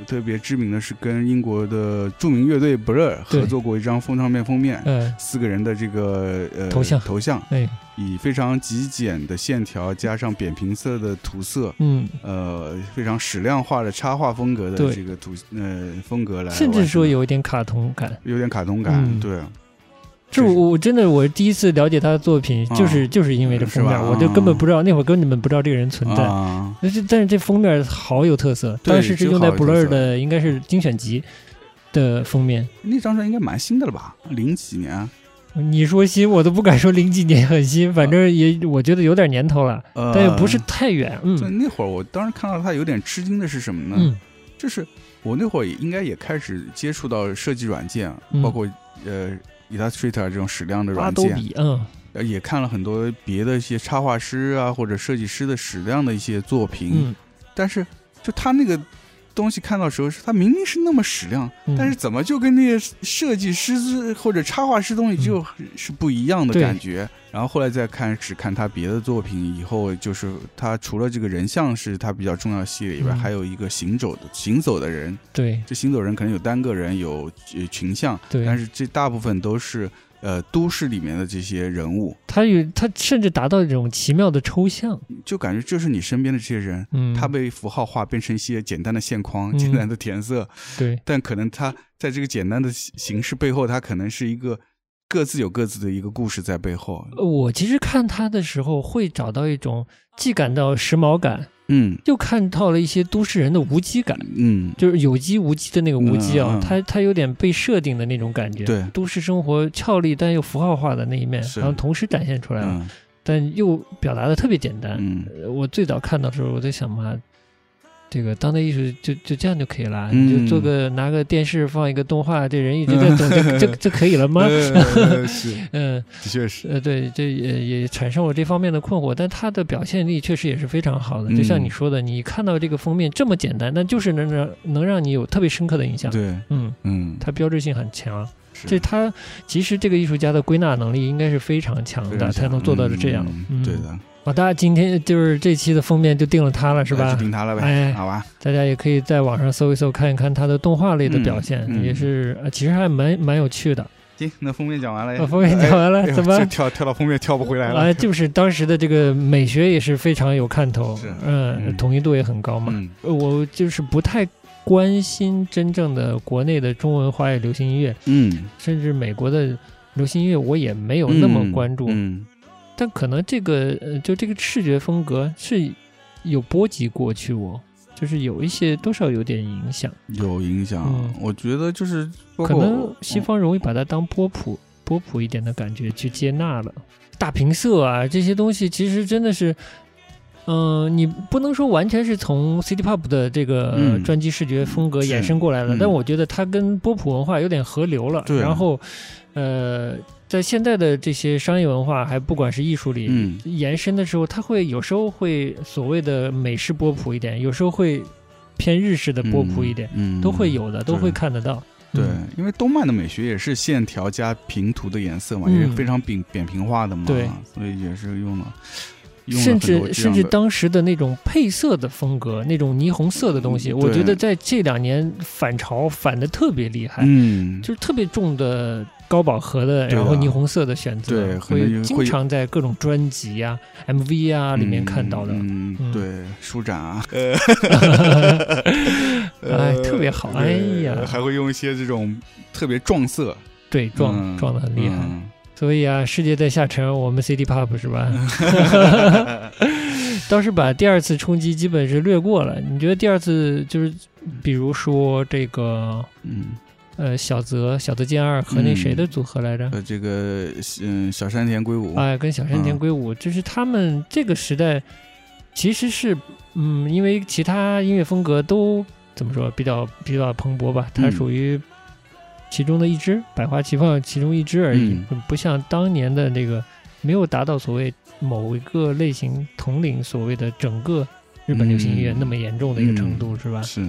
S2: 特别知名的是跟英国的著名乐队 Blur
S1: 对
S2: 合作过一张封唱片封面，
S1: 呃，
S2: 四个人的这个呃
S1: 头像
S2: 头像
S1: 哎，
S2: 以非常极简的线条加上扁平色的涂色，
S1: 嗯，
S2: 呃，非常矢量化的插画风格的
S1: 对
S2: 这个图呃风格来完成
S1: 甚
S2: 的，
S1: 至说有一点卡通感。
S2: 有点卡通感，
S1: 嗯
S2: 对，
S1: 这
S2: 就是
S1: 我我真的我第一次了解他的作品，
S2: 啊
S1: 就是就是因为这
S2: 是
S1: 封面，
S2: 吧
S1: 我就根本
S2: 啊
S1: 不知道那会儿根本不知道这个人存在。
S2: 啊，
S1: 但是但是这封面好有特色，
S2: 对
S1: 当时是
S2: 真
S1: 用在
S2: 好有特
S1: Blur
S2: 色
S1: 的，应该是精选集的封面。
S2: 那张专辑应该蛮新的了吧？零几年，
S1: 你说新，我都不敢说零几年很新，反正也我觉得有点年头了，
S2: 呃，
S1: 但也不是。太远。
S2: 就
S1: 嗯
S2: 那会儿，我当时看到他有点吃惊的是什么呢？
S1: 嗯
S2: 就是我那会儿也应该也开始接触到设计软件，
S1: 嗯
S2: 包括呃 Illustrator 这种矢量的
S1: 阿
S2: 软
S1: 斗
S2: 件，
S1: 比，嗯
S2: 呃也看了很多别的一些插画师啊或者设计师的矢量的一些作品，
S1: 嗯，
S2: 但是就他那个东西看到的时候，是他明明是那么矢量，
S1: 嗯
S2: 但是怎么就跟那些设计师或者插画师东西就是不一样的
S1: 嗯对
S2: 感觉？然后后来再看，只看他别的作品以后，就是他除了这个人像是他比较重要的系列以外，
S1: 嗯
S2: 还有一个行走的行走的人，
S1: 对
S2: 这行走人可能有单个人，有呃群像，
S1: 对，
S2: 但是这大部分都是呃都市里面的这些人物，
S1: 他有他甚至达到一种奇妙的抽象。
S2: 就感觉就是你身边的这些人，
S1: 嗯，
S2: 他被符号化，变成一些简单的线框、
S1: 嗯
S2: 简单的填色，
S1: 对
S2: 但可能他在这个简单的形形式背后，他可能是一个各自有各自的一个故事在背后。
S1: 呃我其实看他的时候会找到一种既感到时髦感，
S2: 嗯
S1: 又看到了一些都市人的无机感。
S2: 嗯，
S1: 就是有机无机的那个无机啊，
S2: 嗯嗯
S1: 它它有点被设定的那种感觉。
S2: 对
S1: 都市生活俏丽但又符号化的那一面，
S2: 是
S1: 然后同时展现出来了，
S2: 嗯
S1: 但又表达的特别简单。
S2: 嗯
S1: 呃我最早看到的时候，我在想嘛，这个当代艺术就就这样就可以了，
S2: 嗯
S1: 你就做个拿个电视放一个动画，这人一直在等，这这这可以了吗？
S2: 呃是，
S1: 嗯
S2: 的确是，
S1: 呃，对，这也也产生我这方面的困惑，但他的表现力确实也是非常好的，
S2: 嗯
S1: 就像你说的，你看到这个封面这么简单，但就是能让能让你有特别深刻的印象。
S2: 对，
S1: 嗯，
S2: 嗯，
S1: 它标志性很强，
S2: 是
S1: 这他其实这个艺术家的归纳能力应该是非常强
S2: 非
S1: 的，
S2: 常
S1: 才能
S2: 强
S1: 做到这样。
S2: 嗯
S1: 嗯
S2: 对的，
S1: 好，大家今天就是这期的封面就定了他了，是
S2: 那
S1: 吧
S2: 就？凭他了呗，
S1: 哎
S2: 好吧，
S1: 大家也可以在网上搜一搜，看一看他的动画类的表现，
S2: 嗯嗯
S1: 也是、呃、其实还蛮蛮有趣的。
S2: 行，那封面讲完了呀
S1: 啊，。封面讲完了，
S2: 哎呦
S1: 怎么
S2: 这？跳跳到封面跳不回来了？
S1: 啊，就是当时的这个美学也是非常有看头
S2: 是，
S1: 嗯，
S2: 嗯
S1: 统一度也很高嘛。
S2: 嗯
S1: 呃我就是不太关心真正的国内的中文华语流行音乐，
S2: 嗯，
S1: 甚至美国的流行音乐，我也没有那么
S2: 嗯
S1: 关注。
S2: 嗯
S1: 但可能这个呃，就这个视觉风格是有波及过去我，就是有一些多少有点影响。
S2: 有影响
S1: 嗯。
S2: 我觉得就是包
S1: 可
S2: 括
S1: 能西方容易把它当波普、波普一点的感觉去接纳了。大平色啊，这些东西其实真的是，嗯、你不能说完全是从 City Pop 的这个
S2: 嗯
S1: 呃专辑视觉风格
S2: 是
S1: 衍生过来了，
S2: 嗯
S1: 但我觉得它跟波普文化有点合流了。
S2: 对啊
S1: 然后，呃，在现在的这些商业文化，还不管是艺术里。
S2: 嗯
S1: 延伸的时候，它会有时候会所谓的美式波普一点，有时候会偏日式的波普一点，，
S2: 嗯
S1: 都会。有的，都
S2: 对
S1: 会看得到。
S2: 对
S1: 嗯，
S2: 因为动漫的美学也是线条加平涂的颜色嘛，也是
S1: 嗯
S2: 非常扁扁平化的嘛，
S1: 对，
S2: 所以也是用了，用了
S1: 甚
S2: 很多
S1: 至
S2: 这
S1: 甚
S2: 样
S1: 至
S2: 的
S1: 当时的那种配色的风格，那种霓虹色的东西，
S2: 嗯
S1: 我觉得
S2: 对
S1: 在这两年反潮反的特别厉害，
S2: 嗯，
S1: 就是特别重的高饱和的，
S2: 对啊
S1: 然后霓虹色的选择，
S2: 对可能
S1: 会
S2: 也
S1: 经
S2: 会
S1: 常在各种专辑呀、MV 啊里面看到的，
S2: 嗯，
S1: 嗯
S2: 嗯对，舒展啊，
S1: 哎，特别 好，哎呀，
S2: 还会用一些这种特别撞色，
S1: 对，撞、
S2: 嗯
S1: 撞的很厉害。
S2: 嗯
S1: 所以啊，世界在下沉，我们 City Pop 是吧？当时把第二次冲击基本是略过了。你觉得第二次就是，比如说这个
S2: 嗯，
S1: 呃小泽、小泽健二和那谁的组合来着？
S2: 呃，这个嗯，小山田圭吾，
S1: 哎，跟小山
S2: 嗯
S1: 田圭吾，就是他们这个时代其实是嗯，因为其他音乐风格都怎么说比较比较蓬勃吧，它
S2: 嗯
S1: 属于其中的一支，百花齐放其中一支而
S2: 嗯
S1: 已，嗯不像当年的那个没有达到所谓某一个类型统领所谓的整个日本流行音乐
S2: 嗯
S1: 那么严重的一个程度，是吧？
S2: 是，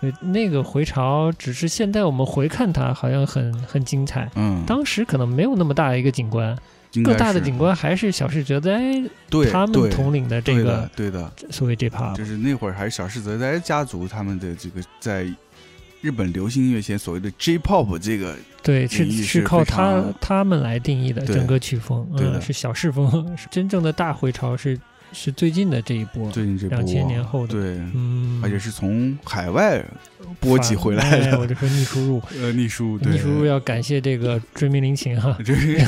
S1: 所以那个回潮，只是现在我们回看它，好像很很精彩。
S2: 嗯，
S1: 当时可能没有那么大一个景观，
S2: 应该
S1: 更大的
S2: 是
S1: 景观还是小世哲在
S2: 对
S1: 哎他们
S2: 对
S1: 统领的这
S2: 对
S1: 个啊
S2: 的嗯对的，
S1: 所谓这 pop。
S2: 就是那会儿还是小世泽哉家族他们的这个在日本流行音乐圈所谓的 J-pop 这个，
S1: 对，是
S2: 领域
S1: 是
S2: 是
S1: 靠
S2: 非常
S1: 他他们来定义的
S2: 对
S1: 整个曲风，
S2: 对的
S1: 嗯，是小世风，是真正的大回潮是是最近的这一波，
S2: 最近这波
S1: 2000年后的
S2: 对，
S1: 嗯，
S2: 而且是从海外呃波及回来
S1: 反哎我就
S2: 的，
S1: 说逆输入，
S2: 呃，逆叔， 对，
S1: 逆输 入要感谢这个追名林琴啊哈，
S2: 就是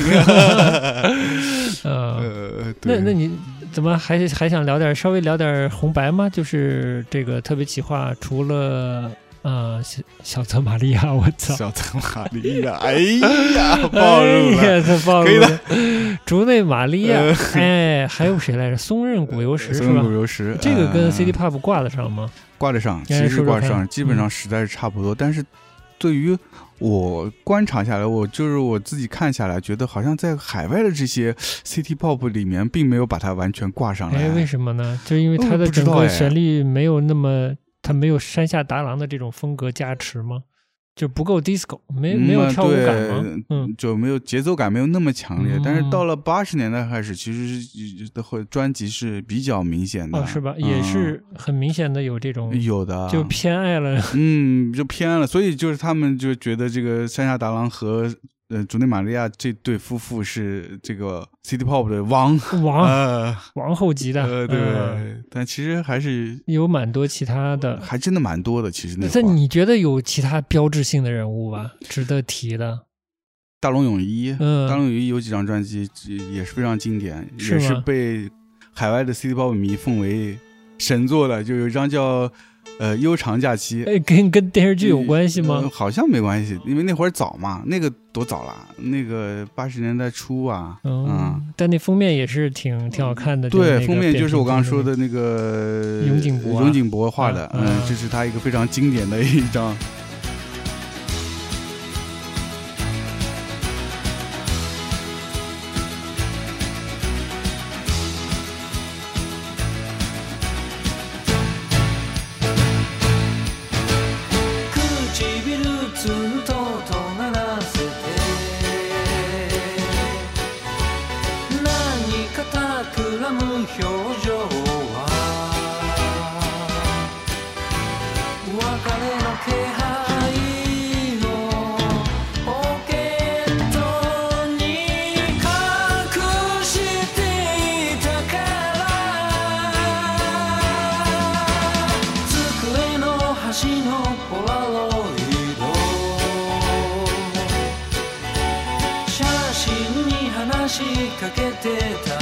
S1: 呃，
S2: 呃，对
S1: 那那你怎么还还想聊点稍微聊点红白吗？就是这个特别企划，除了呃小小泽玛利亚，我操，
S2: 小泽玛利亚，哎呀，暴露
S1: 哎
S2: 了，
S1: 呀，这暴
S2: 可
S1: 露
S2: 以的呃
S1: 了。竹内玛利亚，哎，还有谁来着？松任谷由实是
S2: 松
S1: 吧
S2: 骨？流石，
S1: 这个跟
S2: 呃
S1: CD Pop 挂得上吗？
S2: 挂得上，其
S1: 哎
S2: 实
S1: 说说
S2: 挂得
S1: 看
S2: 上，基本
S1: 嗯
S2: 上实在是差不多。但是，对于我观察下来，我就是我自己看下来，觉得好像在海外的这些 City Pop 里面，并没有把它完全挂上来。
S1: 哎，为什么呢？就是因为它
S2: 哦
S1: 的
S2: 不知
S1: 整
S2: 道
S1: 个
S2: 哎
S1: 旋律没有那么，它没有山下达郎的这种风格加持吗？就不够 disco，没没有
S2: 嗯
S1: 跳舞感吗
S2: 对？
S1: 嗯，
S2: 就没有节奏感没有那么强烈，
S1: 嗯
S2: 但是到了八十年代开始，其实是呃的会专辑是比较明显的，
S1: 哦，是吧？
S2: 嗯
S1: 也是很明显的有这种，
S2: 有的，
S1: 就偏爱 了。
S2: 嗯，就偏了，所以就是他们就觉得这个山下达郎和呃竹内玛利亚这对夫妇是这个 City Pop 的王，
S1: 王
S2: 呃，
S1: 王后级的，
S2: 呃，对，
S1: 啊嗯
S2: 但其实还是
S1: 有蛮多其他的，
S2: 还真的蛮多的。其实那
S1: 这
S2: 会儿，嗯
S1: 你觉得有其他标志性的人物吧？值得提的？
S2: 大龙泳衣，
S1: 嗯
S2: 大龙泳衣有几张专辑也是非常经典，
S1: 是
S2: 也是
S1: 吗
S2: 被海外的 City Pop 迷奉为神作的。就有一张叫呃《悠长假期》
S1: 哎，跟跟电视剧有关系
S2: 呃
S1: 吗？
S2: 好像没关系，因为那会儿早嘛，那个多早了，那个八十年代初啊，嗯。
S1: 嗯，但那封面也是挺挺好看的。
S2: 对
S1: 那，个
S2: 封面就是我刚刚说
S1: 扁
S2: 的那个
S1: 永井博啊
S2: 永井博画的，
S1: 嗯
S2: 嗯
S1: 嗯，
S2: 这是他一个非常经典的一张。
S4: 唇ずっと尖らせて何か企む表情は別れの気配をおけと
S3: 話しかけてた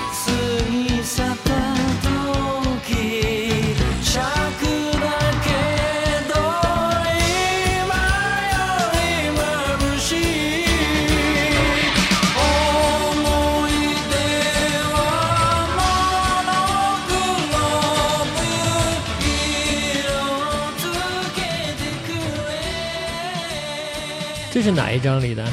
S3: 過ぎ去った時尺だけど今より眩しい思い出はモノクロム色をつけてくれ
S1: 这是哪一张里的？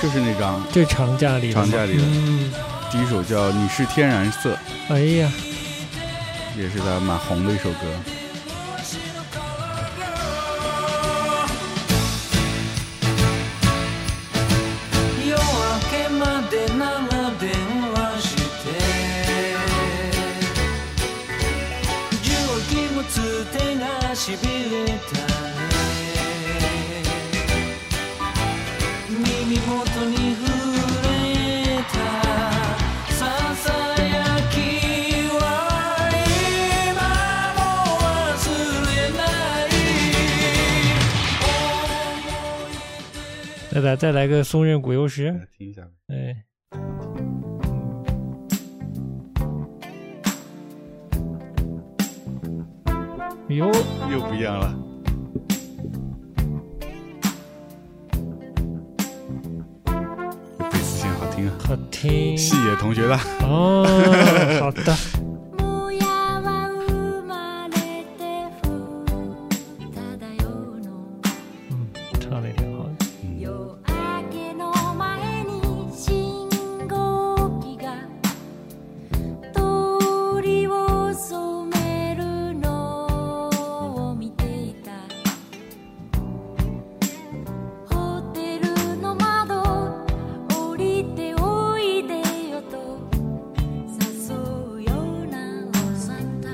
S2: 这是那张
S1: 这是长假里的。
S2: 长假。里的
S1: 嗯，
S2: 第一首叫《你是天然色
S1: 哎呀，》，
S2: 也是他蛮红的一首歌。
S3: 夜明けまで長電話して重機もつ手がしびれたね耳元に触れたささやきは今も忘れない
S1: 再来再来个松任谷由实。
S2: 听一下。
S1: 哎，哟，
S2: 又不一样了。贝斯线好听啊，
S1: 好听
S2: 细野同学的。
S1: 哦。好的，
S5: 親は生まれて二日だよの
S1: 嗯，唱的挺好的。
S5: 夜明けの前に信号機が通りを染めるのを見ていたホテルの窓降りておいでよと誘うようなおサンタ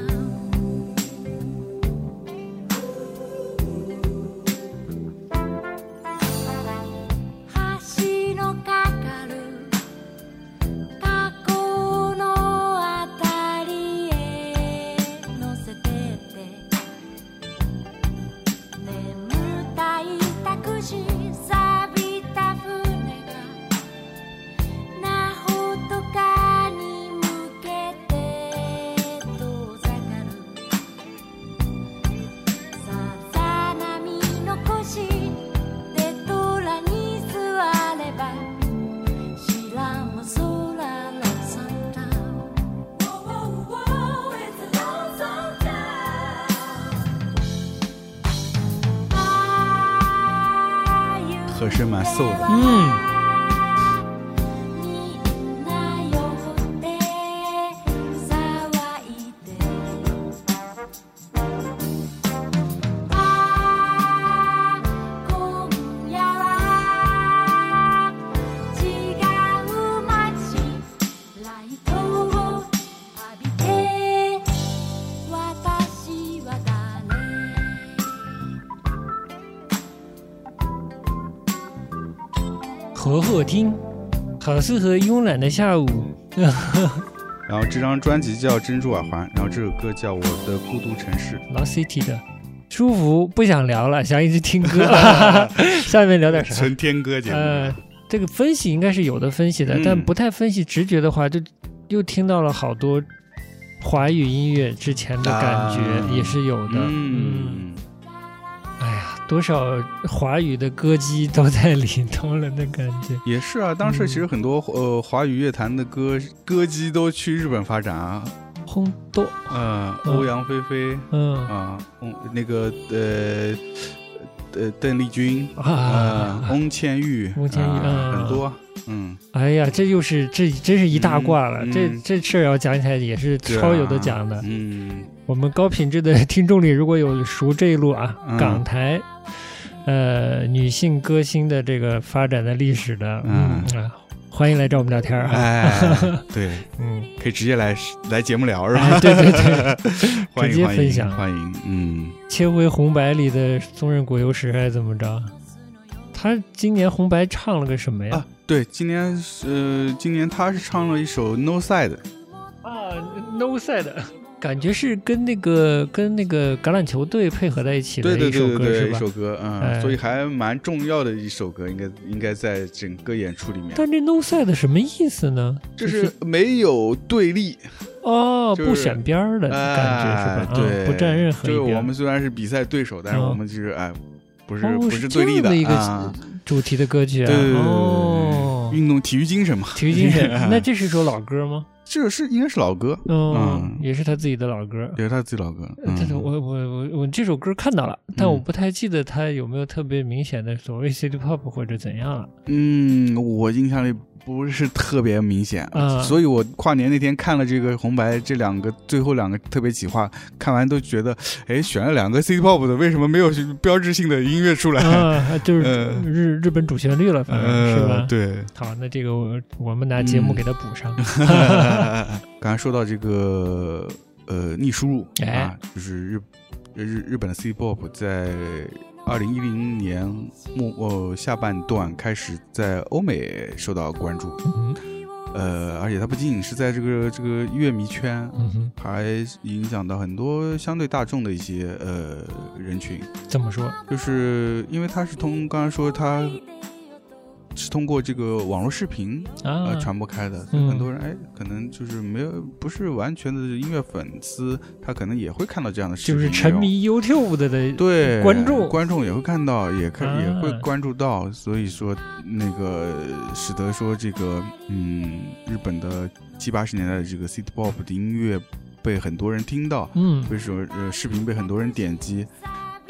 S5: 橋のかかる学校のあたりへ乗せてって眠たいタクシー錆びた船が那ほとかに向けて遠ざかるさざ波残しデトラに座れば知らん空のサンタ Are
S2: 和声蛮 soul 的，
S1: 嗯，
S5: みんなよって騒いで」「ああ今夜は違う街」「ライトを浴びて私は誰?」
S1: 和和听，好适合慵懒的下午。
S2: 然后这张专辑叫《珍珠耳环》，然后这首歌叫《我的孤独城市》。
S1: 老 City 的，舒服，不想聊了，想一直听 歌。下面聊点啥？
S2: 纯天歌节目，
S1: 呃，这个分析应该是有的分析的，
S2: 嗯
S1: 但不太分析直觉的话，就又听到了好多华语音乐之前的感觉，
S2: 啊
S1: 也是有的。嗯，
S2: 嗯，
S1: 哎呀，多少华语的歌姬都在里头了的感觉。
S2: 也是啊。当时其实很多呃华语乐坛的歌歌姬都去日本发展啊，
S1: 烘豆，
S2: 嗯，
S1: 嗯
S2: 欧阳菲菲
S1: 嗯
S2: 啊，嗯，那个呃呃邓丽君啊，
S1: 啊，
S2: 翁倩玉，
S1: 翁倩玉
S2: 啊
S1: 啊
S2: 很多，嗯，
S1: 哎呀，这又是这真是一大挂了。
S2: 嗯
S1: 这
S2: 嗯
S1: 这事儿要讲起来也是
S2: 对啊
S1: 超有的讲的。
S2: 嗯，
S1: 我们高品质的 听众里，如果有熟这一路啊，
S2: 嗯
S1: 港台，呃，女性歌星的这个发展的历史的，
S2: 嗯
S1: 嗯啊，欢迎来找我们聊天儿啊，
S2: 哎，对，
S1: 嗯，
S2: 可以直接来来节目聊是吧？
S1: 哎，对对对，
S2: 欢
S1: 哎直接
S2: 迎欢
S1: 分享
S2: 迎欢迎，嗯，
S1: 切回红白里的松任谷由实还是怎么着？他今年红白唱了个什么呀
S2: 啊？，对，今年是呃，今年他是唱了一首《No Side》，
S1: 啊，No Side，感觉是跟那个跟那个橄榄球队配合在一起的
S2: 对对
S1: 一首歌
S2: 对对
S1: 是
S2: 对，一
S1: 吧？
S2: 首歌，嗯，
S1: 哎
S2: 所以还蛮重要的一首歌，应该应该在整个演出里面，
S1: 但这 no side 什么意思呢？
S2: 就是没有对立，
S1: 哦，
S2: 就是
S1: 不选边儿的感觉
S2: 哎
S1: 是吧？嗯
S2: 对，
S1: 不站任何
S2: 就是
S1: 一边
S2: 我
S1: 儿
S2: 们虽然是比赛对手，但是
S1: 嗯
S2: 我们就是哎，不是
S1: 哦
S2: 不
S1: 是这
S2: 对立
S1: 样的一个
S2: 啊，
S1: 主题的歌曲
S2: 对
S1: 啊
S2: 对对对，对
S1: 哦
S2: 对，运动体育精神嘛，
S1: 体育精 神
S2: 哎。
S1: 那这是首老歌吗？
S2: 这是应该是老歌，
S1: 嗯
S2: 嗯，
S1: 也是他自己的老歌。
S2: 也是他自己老歌，嗯
S1: 呃但是我我我我这首歌看到了，但
S2: 嗯
S1: 我不太记得它有没有特别明显的所谓 city pop 或者怎样 了。
S2: 嗯，我印象里不是特别明显，
S1: 嗯
S2: 所以我跨年那天看了这个红白这两个最后两个特别企划，看完都觉得，哎，选了两个 City Pop 的，为什么没有标志性的音乐出来？
S1: 啊，就是
S2: 嗯
S1: 日日本主旋律了，反正是
S2: 呃
S1: 吧，？
S2: 对。
S1: 好，那这个我我们拿节目
S2: 嗯
S1: 给它补上。
S2: 刚才说到这个呃逆输入、
S1: 哎
S2: 啊，就是日日日本的 City Pop 在二零一零年末呃下半段开始在欧美受到关注，
S1: 嗯
S2: 呃，而且它不仅仅是在这个这个乐迷圈，
S1: 嗯哼，
S2: 还影响到很多相对大众的一些呃人群，
S1: 这么说，
S2: 就是因为它是通刚才说它是通过这个网络视频
S1: 啊
S2: 呃，传播开的，
S1: 嗯
S2: 很多人哎，可能就是没有不是完全的音乐粉丝，他可能也会看到这样的视频，
S1: 就是沉迷 YouTube 的的，
S2: 对
S1: 观众
S2: 观众也会看到，也看、
S1: 啊
S2: 也会关注到，所以说那个使得说这个嗯，日本的七八十年代的这个 City Pop 的音乐被很多人听到，
S1: 嗯
S2: 为什么呃视频被很多人点击，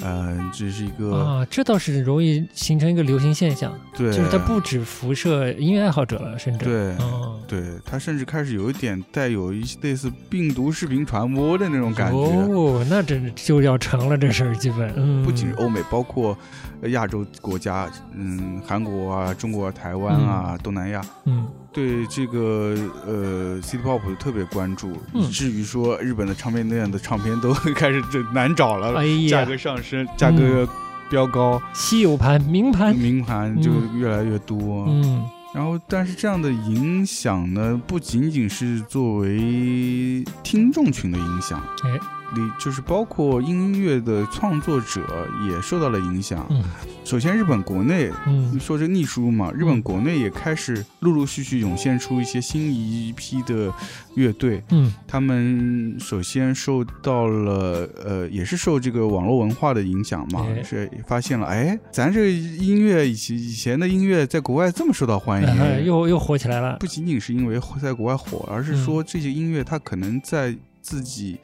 S2: 嗯、这是一个、
S1: 啊，这倒是容易形成一个流行现象，
S2: 对，
S1: 就是它不只辐射音乐爱好者了，甚至
S2: 对
S1: 嗯，
S2: 对他甚至开始有一点带有一些类似病毒视频传播的那种感觉。
S1: 哦，那真就要成了这事儿，基本嗯，
S2: 不仅是欧美，包括呃亚洲国家，嗯，韩国啊、中国啊、台湾啊、东南亚，
S1: 嗯
S2: 对这个呃 City Pop 特别关注，
S1: 嗯
S2: 以至于说日本的唱片店的唱片都 开始这难找了，
S1: 哎
S2: 价
S1: 呀，嗯
S2: 格上升，价格飙高，
S1: 稀有盘、名盘，
S2: 名盘就越来越多。
S1: 哎嗯
S2: 然后，但是这样的影响呢，不仅仅是作为听众群的影响，
S1: 哎，
S2: 你就是包括音乐的创作者也受到了影响。
S1: 嗯
S2: 首先，日本国内
S1: 嗯
S2: 说这逆输入嘛，日本国内也开始陆陆续续涌现出一些新一批的乐队，
S1: 嗯
S2: 他们首先受到了呃，也是受这个网络文化的影响嘛，
S1: 哎
S2: 是发现了哎，咱这个音乐以前以前的音乐在国外这么受到欢迎，
S1: 哎 又又火起来了，
S2: 不仅仅是因为在国外火，而是说这些音乐它可能在自己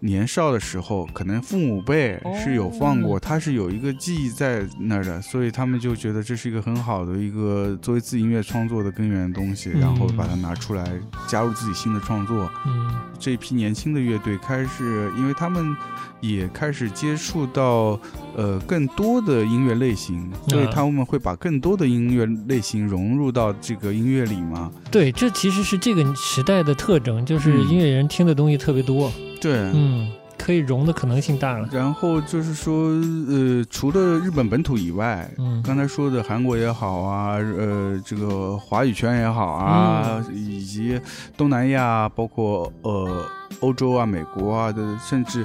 S2: 年少的时候，可能父母辈是有放过，它是有一个记忆在那儿的，所以他们就觉得这是一个很好的一个作为自己音乐创作的根源的东西，
S1: 嗯
S2: 然后把它拿出来加入自己新的创作。
S1: 嗯
S2: 这一批年轻的乐队开始，因为他们也开始接触到呃更多的音乐类型，所以他们会把更多的音乐类型融入到这个音乐里嘛。
S1: 对，这其实是这个时代的特征，就是
S2: 嗯
S1: 音乐人听的东西特别多，
S2: 对，
S1: 嗯，可以融的可能性大了，
S2: 然后就是说，呃，除了日本本土以外，
S1: 嗯
S2: 刚才说的韩国也好啊，呃，这个华语圈也好啊，以及东南亚，包括呃欧洲啊、美国啊的，甚至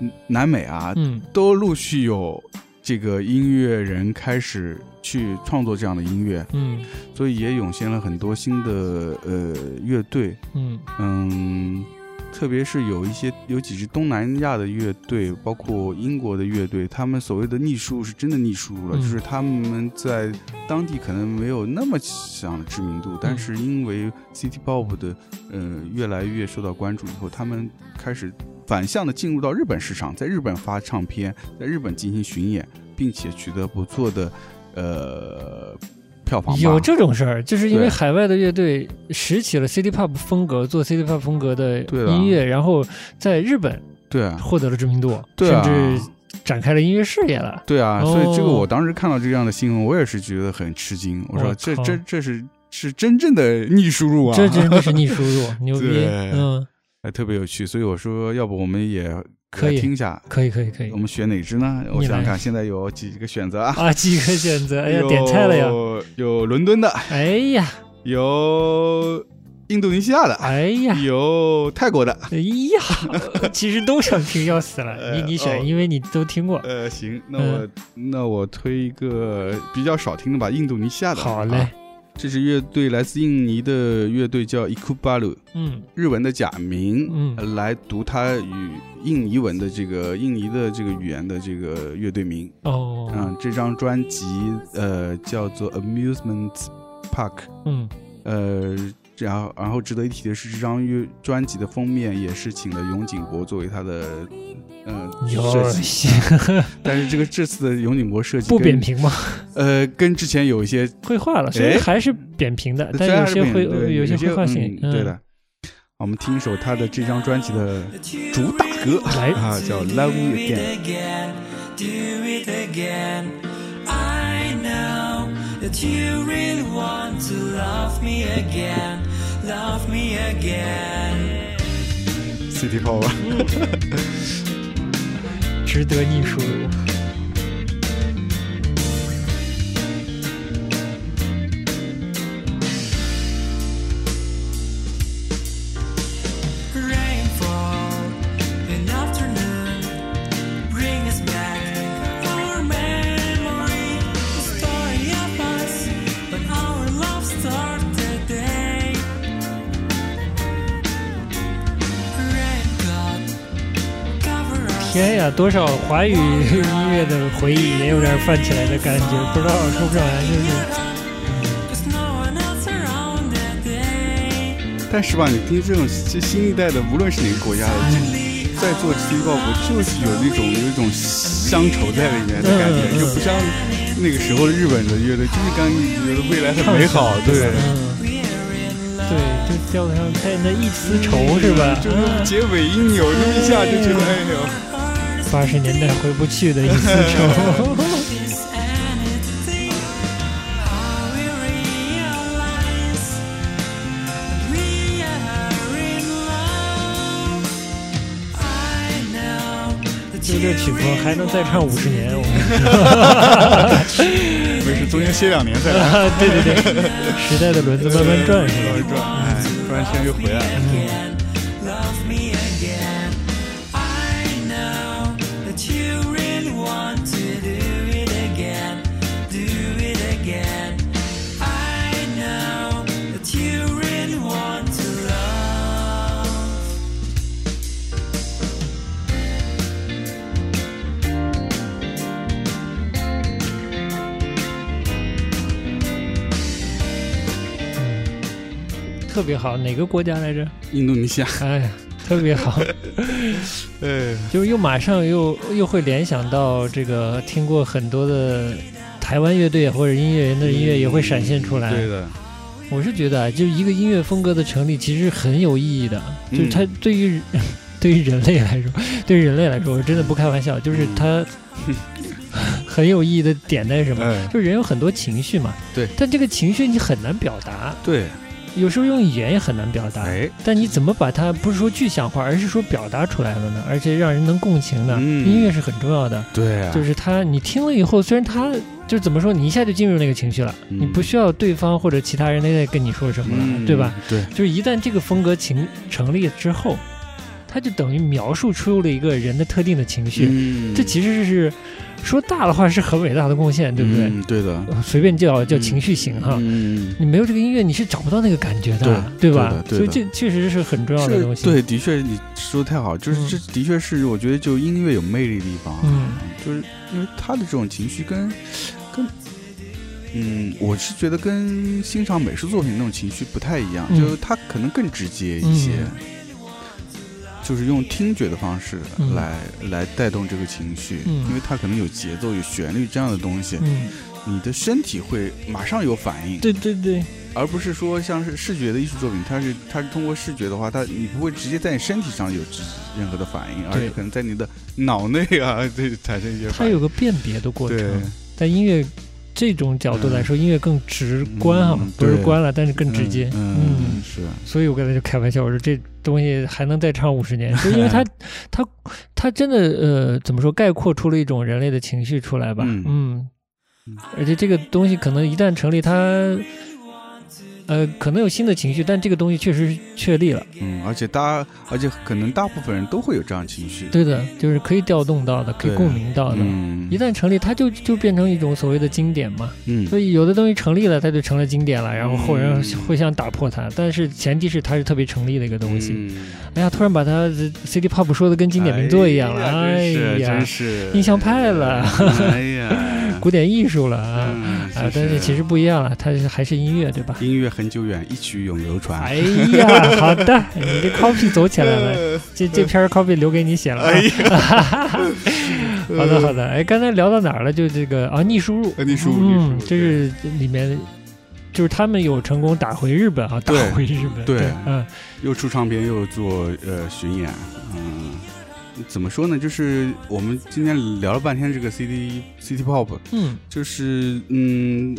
S2: 嗯南美啊，
S1: 嗯
S2: 都陆续有这个音乐人开始去创作这样的音乐，
S1: 嗯
S2: 所以也涌现了很多新的呃乐队。
S1: 嗯
S2: 嗯，特别是有一些有几支东南亚的乐队，包括英国的乐队，他们所谓的逆输入是真的逆输入了，
S1: 嗯
S2: 就是他们在当地可能没有那么强的知名度，
S1: 嗯
S2: 但是因为 City Pop 的呃越来越受到关注以后，他们开始反向的进入到日本市场，在日本发唱片，在日本进行巡演，并且取得不错的呃票房吧。
S1: 有这种事儿，就是因为
S2: 对
S1: 海外的乐队拾起了 City Pop 风格，做 City Pop 风格的
S2: 对啊
S1: 音乐，然后在日本
S2: 对啊，
S1: 获得了知名度，
S2: 对啊
S1: 甚至展开了音乐事业了。
S2: 对啊，所以这个
S1: 哦
S2: 我当时看到这样的新闻，我也是觉得很吃惊。我说
S1: 我
S2: 这
S1: 靠
S2: 这这是是真正的逆输入啊，
S1: 这真的是逆输入，牛逼！
S2: 对
S1: 嗯，
S2: 哎特别有趣。 所以我说，要不我们也
S1: 可以
S2: 来听一下，
S1: 可以，可以，可以
S2: 我。们选哪支呢？我
S1: 你
S2: 想想
S1: 来
S2: 看，现在有几个选择啊？
S1: 啊，几个选择，哎呀哎
S2: 有，
S1: 点菜了呀！
S2: 有伦敦的，
S1: 哎呀，
S2: 有印度尼西亚的，
S1: 哎呀，
S2: 有泰国的，
S1: 哎呀， 其实都想听，要死了。
S2: 呃
S1: 你你选，
S2: 哦
S1: 因为你都听过。
S2: 呃，行，那我
S1: 嗯
S2: 那我推一个比较少听的吧，印度尼西亚的。
S1: 好嘞
S2: 啊，，这支乐队来自印尼的乐队叫 Ikubalu，
S1: 嗯
S2: 日文的假名，
S1: 嗯
S2: 呃来读它与印尼文的这个印尼的这个语言的这个乐队名。
S1: 哦，
S2: 嗯，这张专辑呃叫做 Amusement Park，
S1: 嗯
S2: 呃。然后，然后值得一提的是，这张乐专辑的封面也是请了永井博作为他的，嗯、
S1: 有
S2: 设计。但是这个这次的永井博设 计
S1: 不
S2: 跟
S1: 扁平吗？
S2: 呃，跟之前有一些，
S1: 绘画了，所以
S2: 哎
S1: 还是扁平的，
S2: 虽
S1: 但
S2: 然
S1: 有
S2: 还是
S1: 些
S2: 不
S1: 绘
S2: 一样对
S1: 有
S2: 有
S1: 些绘画性
S2: 嗯。
S1: 嗯
S2: 对的。，我们听一首他的这张专辑的主打歌
S1: 来
S2: 啊，叫《Love You
S4: Do
S2: Again》。
S4: it again, do it again. I know that you really want to love me again, love me again.
S2: City Pop，
S1: 值得逆说。
S4: Rainfall in afternoon bring us back our memory, the story of us when our love started day. Raincoat cover us.
S1: 天呀，多少华语音乐的回忆也有点泛起来的感觉，不知道说不上来，就是
S2: 但是吧，你听这种这新一代的，无论是哪个国家的，就在做 City Pop，就是有那种有一种乡愁在里面的感
S1: 嗯嗯
S2: 觉，
S1: 嗯
S2: 就不像那个时候日本的乐队，就是刚一直觉得未来很美好，对。
S1: 嗯，对，就调得上带那一丝愁是吧？
S2: 就是结尾一扭这么一下，就觉得哎呦。
S1: 八十年代回不去的一丝愁。 就这曲风还能再唱五十年，我们
S2: 没事，中间歇两年再来，
S1: 啊，对对对，时代的轮子慢慢转是吧？
S2: 转，哎，突然之间又回来了。
S4: Love me again. I know that you really want to do it again, do it again. I know that you really want to love.
S1: 特别好，哪个国家来着？
S2: 印度尼西亚，
S1: 哎呀，特别好，
S2: 呃，
S1: 就是又马上又又会联想到这个，听过很多的台湾乐队或者音乐人的音乐也会闪现出来。
S2: 嗯对的，
S1: 我是觉得啊，就一个音乐风格的成立其实很有意义的，
S2: 嗯
S1: 就是它对于、 对于人类来说， 对于人类来说，我真的不开玩笑，
S2: 嗯
S1: 就是 它很有意义的点在什么？
S2: 哎，
S1: 就人有很多情绪嘛，
S2: 对，
S1: 但这个情绪你很难表达，
S2: 对，
S1: 有时候用语言也很难表达。
S2: 哎，
S1: 但你怎么把它不是说具象化，而是说表达出来了呢？而且让人能共情呢？
S2: 嗯
S1: 音乐是很重要的，
S2: 对啊，
S1: 就是它你听了以后，虽然它就怎么说，你一下就进入那个情绪了，
S2: 嗯
S1: 你不需要对方或者其他人在跟你说什么了，
S2: 嗯
S1: 对吧？？
S2: 对，
S1: 就是一旦这个风格情成立之后，它就等于描述出了一个人的特定的情绪，
S2: 嗯
S1: 这其实是说大的话是很伟大的贡献，对不对？
S2: 嗯对的，
S1: 呃随便叫叫情绪型哈。
S2: 嗯，
S1: 你没有这个音乐，你是找不到那个感觉的，
S2: 对
S1: 吧
S2: 对的对
S1: 所
S2: 的
S1: 以这确实是很重要的东西。
S2: 这，对，的确你说的太好，就是
S1: 嗯
S2: 这的确是我觉得就音乐有魅力的地方，啊
S1: 嗯
S2: 就是因为他的这种情绪跟跟。嗯，我是觉得跟欣赏美术作品那种情绪不太一样，
S1: 嗯
S2: 就是他可能更直接一些，
S1: 嗯
S2: 就是用听觉的方式
S1: 嗯
S2: 来、来带动这个情绪，
S1: 嗯
S2: 因为它可能有节奏、有旋律这样的东西，
S1: 嗯，
S2: 你的身体会马上有反应，
S1: 对对对，
S2: 而不是说像是视觉的艺术作品，它是它是通过视觉的话，它你不会直接在你身体上有直任何的反应，而
S1: 对
S2: 是可能在你的脑内啊，对产生一些
S1: 它
S2: 反应。
S1: 有个辨别的过
S2: 对，
S1: 程。但音乐这种角度来说，音乐更直观哈
S2: 嗯，
S1: 不是
S2: 对
S1: 观了，但是更直接。
S2: 嗯，是，
S1: 所以我刚才就开玩笑，我说这东西还能再唱五十 年，就因为它它它真的呃怎么说，概括出了一种人类的情绪出来吧，
S2: 嗯
S1: 嗯，而且这个东西可能一旦成立，它。呃，可能有新的情绪，但这个东西确实确立了。
S2: 嗯，而且大，而且可能大部分人都会有这样情绪。
S1: 对的，就是可以调动到的，可以
S2: 对啊
S1: 共鸣到的。
S2: 嗯，
S1: 一旦成立，它就就变成一种所谓的经典嘛。
S2: 嗯
S1: 所以有的东西成立了，它就成了经典了，然后后人
S2: 嗯
S1: 会想打破它，但是前提是它是特别成立的一个东西。
S2: 嗯
S1: 哎呀，突然把它这 City Pop 说的跟经典名作一样了，哎
S2: 真是
S1: 呀
S2: 真，是
S1: 印象派了，
S2: 哎 呀，
S1: 古典艺术了啊、
S2: 嗯
S1: 啊！但是其实不一样了，它是还是音乐对吧？
S2: 音乐很久远，一曲永流传。
S1: 哎呀，好的，你这 copy 走起来了，这这篇 copy 留给你写了、啊。
S2: 哎
S1: 好的好的，哎，刚才聊到哪儿了？就这个啊，逆输入，
S2: 呃逆输入逆输入
S1: 嗯，这是里面就是他们有成功打回日本啊，打
S2: 对
S1: 回日本，
S2: 对
S1: 嗯
S2: 又出唱片又做呃巡演，嗯，怎么说呢？就是我们今天聊了半天这个 CD City Pop，
S1: 嗯
S2: 就是嗯，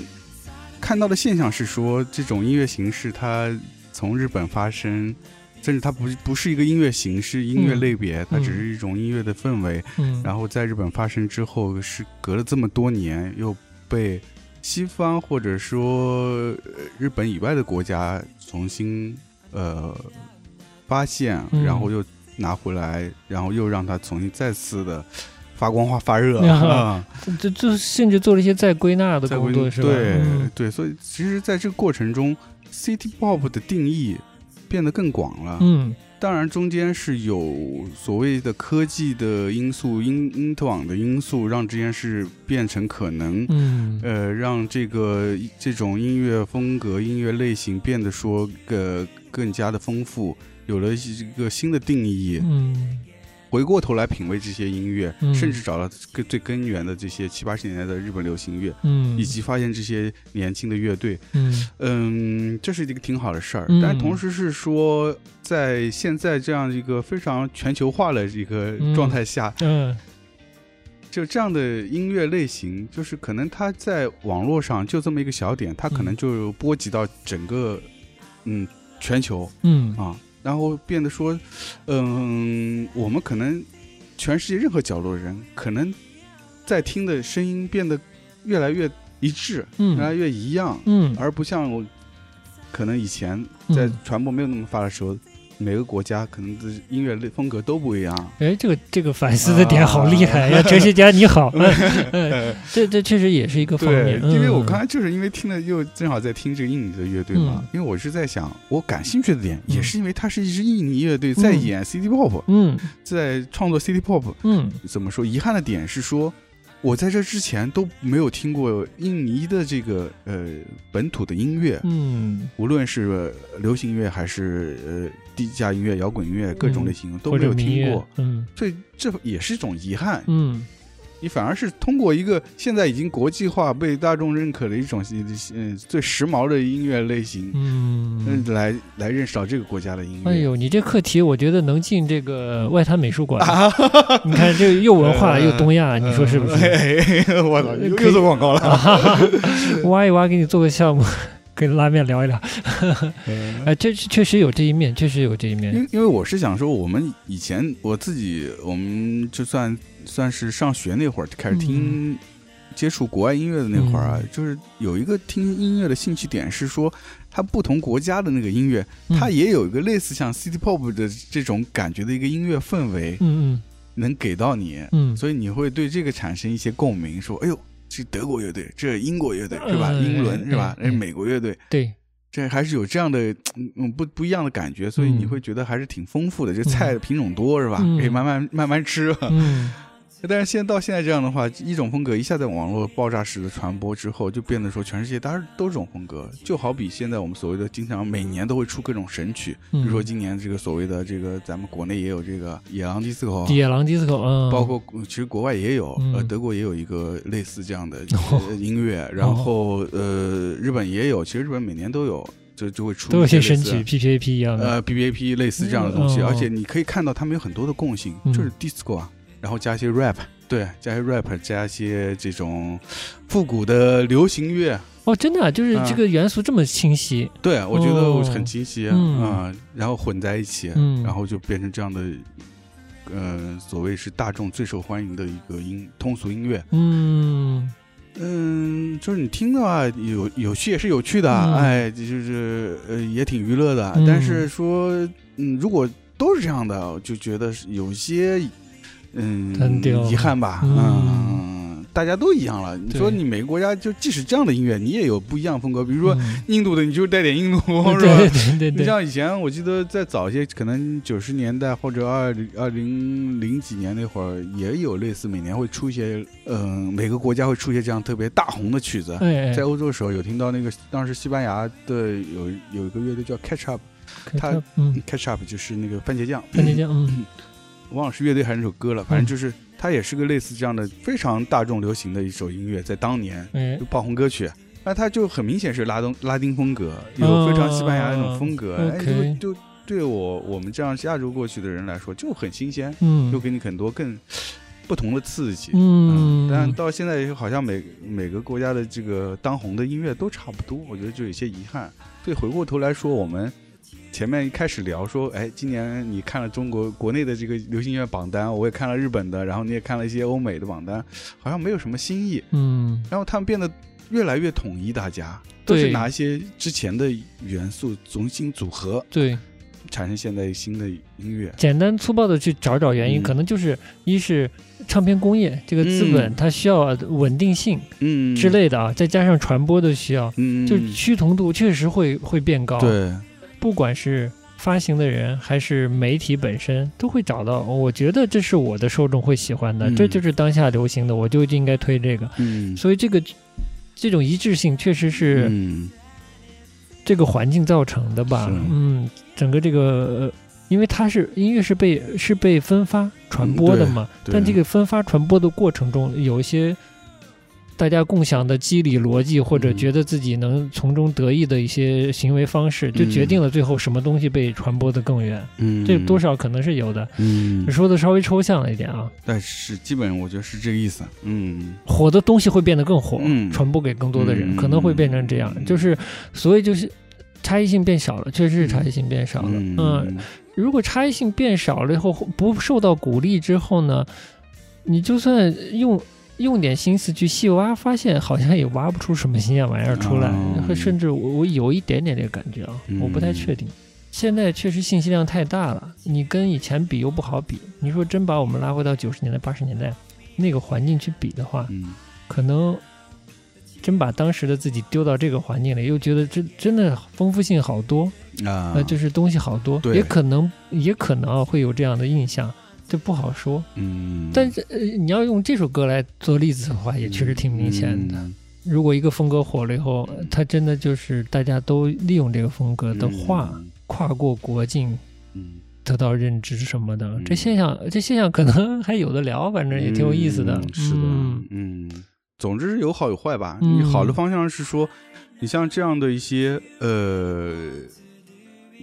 S2: 看到的现象是说，这种音乐形式它从日本发生，甚至它不不是一个音乐形式、音乐
S1: 嗯
S2: 类别，它只是一种音乐的氛围。
S1: 嗯，
S2: 然后在日本发生之后，是隔了这么多年，又被西方或者说呃日本以外的国家重新呃发现，
S1: 嗯
S2: 然后又拿回来，然后又让它重新再次的发光发 发热
S1: 呀
S2: 啊。
S1: 这这甚至做了一些再归纳的
S2: 在
S1: 工作，是吧？
S2: 对、
S1: 嗯
S2: 对，所以其实在这个过程中，City Pop 的定义变得更广了。
S1: 嗯
S2: 当然，中间是有所谓的科技的因素、因因特网的因素，让这件事变成可能。
S1: 嗯
S2: 呃，让这个这种音乐风格、音乐类型变得说呃更加的丰富，有了一个新的定义。
S1: 嗯
S2: 回过头来品味这些音乐，
S1: 嗯
S2: 甚至找到最最根源的这些七八十年代的日本流行乐，
S1: 嗯，
S2: 以及发现这些年轻的乐队，
S1: 嗯
S2: 嗯，这是一个挺好的事儿
S1: 嗯。
S2: 但同时是说，在现在这样一个非常全球化的一个状态下，
S1: 嗯
S2: 就这样的音乐类型，就是可能它在网络上就这么一个小点，它可
S1: 嗯
S2: 能就波及到整个嗯全球
S1: 嗯
S2: 啊，然后变得说，嗯，我们可能全世界任何角落的人，可能在听的声音变得越来越一致，越来
S1: 嗯
S2: 越一样。
S1: 嗯，
S2: 而不像我可能以前在传播没有那么发达的时候，每个国家可能的音乐类风格都不一样。
S1: 哎，这个这个反思的
S2: 啊
S1: 点好厉害呀！哲学家你 好，嗯嗯
S2: 呃，
S1: 这这确实也是一个方
S2: 对
S1: 面，，
S2: 因为我
S1: 嗯
S2: 刚才就是因为听了，又正好在听这个印尼的乐队嘛，
S1: 嗯
S2: 因为我是在想，我感兴趣的点
S1: 嗯
S2: 也是因为它是一支印尼乐队在演 City Pop，、
S1: 嗯
S2: 在创作 City Pop。
S1: 嗯
S2: 怎么说？遗憾的点是说，我在这之前都没有听过印尼的这个呃本土的音乐，
S1: 嗯，
S2: 无论是流行音乐还是呃地下音乐、摇滚音乐，各种类型
S1: 嗯
S2: 都
S1: 或
S2: 没
S1: 者
S2: 有
S1: 民
S2: 听
S1: 乐
S2: 过，，
S1: 嗯
S2: 所以这也是一种遗憾。
S1: 嗯
S2: 你反而是通过一个现在已经国际化、被大众认可的一种呃最时髦的音乐类型，
S1: 嗯。
S2: 嗯，来来认识到这个国家的音乐。
S1: 哎呦，你这课题，我觉得能进这个外滩美术馆。
S2: 啊
S1: 你看，这又文化
S2: 嗯
S1: 又东亚，你说是不
S2: 呃
S1: 是？
S2: 是？我操，又
S1: 可以
S2: 又做广告了。
S1: 啊哈哈挖一挖，给你做个项目， 跟拉面聊一聊。
S2: 嗯
S1: 哎，这确实有这一面，确实有这一面
S2: 因。为因为我是想说，我们以前我自己，我们就算算是上学那会儿开始听、接触国外音乐的那会儿啊，
S1: 嗯
S2: 就是有一个听音乐的兴趣点是说，它不同国家的那个音乐，
S1: 嗯
S2: 它也有一个类似像 City Pop 的这种感觉的一个音乐氛围，
S1: 嗯
S2: 能给到你，
S1: 嗯嗯，
S2: 所以你会对这个产生一些共鸣，说，哎呦。这德国乐队，这英国乐队是吧？
S1: 嗯
S2: 英伦是吧？
S1: 嗯嗯
S2: 那美国乐队，
S1: 对，
S2: 这还是有这样的嗯不不一样的感觉，所以你会觉得还是挺丰富的。这菜品种多是吧？
S1: 嗯
S2: 可以慢慢慢慢吃。
S1: 嗯
S2: 但是现在到现在这样的话，一种风格一下在网络爆炸式的传播之后，就变得说全世界大家都这种风格。就好比现在我们所谓的经常每年都会出各种神曲，
S1: 嗯
S2: 比如说今年这个所谓的这个咱们国内也有这个野狼迪斯科。
S1: 野狼迪斯科，嗯，
S2: 啊包括呃其实国外也有，
S1: 嗯
S2: 呃，德国也有一个类似这样 的
S1: 哦
S2: 呃音乐，然后呃，日本也有，其实日本每年都有，就就会出
S1: 都有
S2: 一
S1: 些
S2: 些
S1: 神
S2: 类似
S1: 曲 P P A P 一样的。
S2: 呃 B B A P 类似这样的东西，
S1: 嗯哦
S2: 而且你可以看到他们有很多的共性，
S1: 嗯
S2: 就是 disco 啊，然后加一些 rap，对，加一些 rap，加一些这种复古的流行乐，
S1: 哦，真的啊，就是
S2: 嗯
S1: 这个元素这么清晰。
S2: 对我觉得
S1: 哦
S2: 我很清晰啊、
S1: 嗯
S2: 然后混在一起，
S1: 嗯
S2: 然后就变成这样的。呃，所谓是大众最受欢迎的一个音通俗音乐，
S1: 嗯，
S2: 嗯，就是你听的话，有有趣也是有趣的，
S1: 嗯
S2: 哎，就是呃也挺娱乐的。
S1: 嗯
S2: 但是说，嗯，如果都是这样的，我就觉得是有些嗯
S1: 单调
S2: 遗憾吧，
S1: 嗯
S2: 嗯，大家都一样了。你
S1: 对
S2: 说你每个国家就即使这样的音乐，你也有不一样的风格，比如说
S1: 嗯
S2: 印度的，你就带点印度风，是吧？
S1: 对对对
S2: 你
S1: 对，
S2: 像以前，我记得再早一些，可能九十年代或者二零二零零几年那会儿，也有类似每年会出一些，嗯、每个国家会出一些这样特别大红的曲子。啊
S1: 哎哎
S2: 在，欧洲的时候，有听到那个当时西班牙的有有一个乐队叫 Catch Up，Catch
S1: 可以
S2: 他
S1: 看嗯，
S2: Up 就是那个番茄酱，
S1: 番茄酱，嗯
S2: 忘了是乐队还是首歌了，反正
S1: 嗯
S2: 就是它也是个类似这样的非常大众流行的一首音乐，在当年
S1: 哎
S2: 就，爆红歌曲。那它就很明显是拉东拉丁风格，有非常西班牙那种风格，
S1: 哦
S2: 哎，
S1: OK
S2: 就就对我我们这样亚洲过去的人来说就很新鲜，
S1: 嗯
S2: 又给你很多更不同的刺激。
S1: 嗯，
S2: 但到现在好像每每个国家的这个当红的音乐都差不多，我觉得就有些遗憾。所以回过头来说，我们前面一开始聊说，哎，今年你看了中国国内的这个流行音乐榜单，我也看了日本的，然后你也看了一些欧美的榜单，好像没有什么新意。
S1: 嗯，
S2: 然后他们变得越来越统一，大家都是
S1: 对
S2: 拿一些之前的元素重新组合，
S1: 对，
S2: 产生现在新的音乐。
S1: 简单粗暴的去找找原因，
S2: 嗯
S1: 可能就是一是唱片工业这个资
S2: 嗯
S1: 本它需要稳定性
S2: 嗯
S1: 之，类的啊，再加上传播的需要，
S2: 嗯，
S1: 就趋同度确实会会变高。，
S2: 对，
S1: 不管是发行的人还是媒体本身，都会找到。哦我觉得这是我的受众会喜欢的，
S2: 嗯
S1: 这就是当下流行的，我就应该推这个。
S2: 嗯，
S1: 所以这个这种一致性确实是。
S2: 嗯
S1: 这个环境造成的吧
S2: 是。
S1: 嗯，整个这个，呃因为它是音乐是被是被分发传播的嘛，
S2: 嗯对对
S1: 但这个分发传播的过程中，有一些大家共享的机理逻辑，或者
S2: 嗯
S1: 觉得自己能从中得益的一些行为方式，就
S2: 嗯
S1: 决定了最后什么东西被传播的更远。
S2: 嗯，
S1: 这多少可能是有的。
S2: 嗯，
S1: 说的稍微抽象了一点啊，
S2: 但是基本我觉得是这个意思。嗯
S1: 火的东西会变得更火，
S2: 嗯
S1: 传播给更多的人，
S2: 嗯
S1: 可能会变成这样。就是，所以就是差异性变小了，确实是差异性变少了。嗯，如果差异性变少了以后，不受到鼓励之后呢，你就算用用点心思去细挖，发现好像也挖不出什么新鲜玩意儿出来，
S2: 哦
S1: 甚至我我有一点点这个感觉啊，
S2: 嗯
S1: 我不太确定。现在确实信息量太大了，你跟以前比又不好比。你说真把我们拉回到九十年代、八十年代那个环境去比的话，
S2: 嗯
S1: 可能真把当时的自己丢到这个环境里，又觉得真真的丰富性好多。
S2: 啊，
S1: 呃，就是东西好多，
S2: 对
S1: 也可能也可能啊会有这样的印象，这不好说。
S2: 嗯，
S1: 但是、呃、你要用这首歌来做例子的话，也确实挺明显的。
S2: 嗯
S1: 如果一个风格火了以后，呃它真的就是大家都利用这个风格的话，，跨过国境
S2: 嗯
S1: 得到认知什么的，
S2: 嗯
S1: 这现象这现象可能还有的聊，反正也挺有意思的。
S2: 嗯是的
S1: 嗯，
S2: 嗯，总之是有好有坏吧。
S1: 嗯
S2: 你好的方向是说，你像这样的一些呃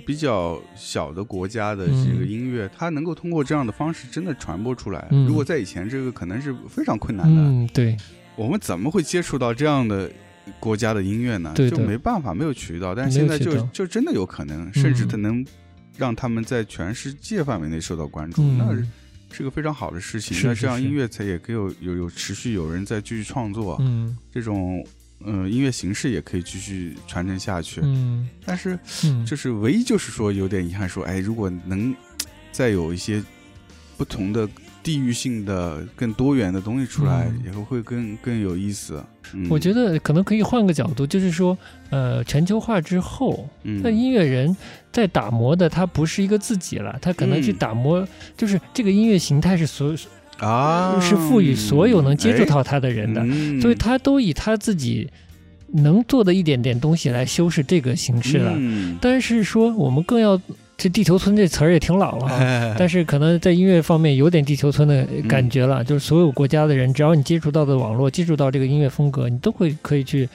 S2: 比较小的国家的这个
S1: 嗯
S2: 音乐，它能够通过这样的方式真的传播出来。
S1: 嗯
S2: 如果在以前，这个可能是非常困难的。
S1: 嗯，对，
S2: 我们怎么会接触到这样的国家的音乐呢？
S1: 对的
S2: 就没办法，没有渠道。但是
S1: 没有
S2: 现在就
S1: 渠道嗯
S2: 就真的有可能，甚至它能让他们在全世界范围内受到关注。那
S1: 嗯
S2: 是个非常好的事情。
S1: 是
S2: 那
S1: 是
S2: 这样
S1: 是
S2: 音乐才也可以有有有持续有人在继续创作，
S1: 嗯
S2: 这种嗯、呃音乐形式也可以继续传承下去。
S1: 嗯
S2: 但是
S1: 嗯，
S2: 就是唯一就是说有点遗憾说，哎，如果能再有一些不同的。地域性的更多元的东西出来，
S1: 嗯
S2: 也会更更有意思。嗯、
S1: 我觉得可能可以换个角度，就是说，呃，全球化之后，
S2: 嗯，
S1: 那音乐人在打磨的，他不是一个自己了，他可能去
S2: 嗯
S1: 打磨，就是这个音乐形态是所有
S2: 啊哎
S1: 是赋予所有能接触到他的人的，
S2: 嗯、
S1: 所以他都以他自己能做的一点点东西来修饰这个形式了。
S2: 嗯
S1: 但是说，我们更要这“地球村”这词儿也挺老了啊，
S2: 哎
S1: 但是可能在音乐方面有点地球村的感觉
S2: 嗯
S1: 了，就是所有国家的人，只要你接触到的网络，接触到这个音乐风格，你都会可以去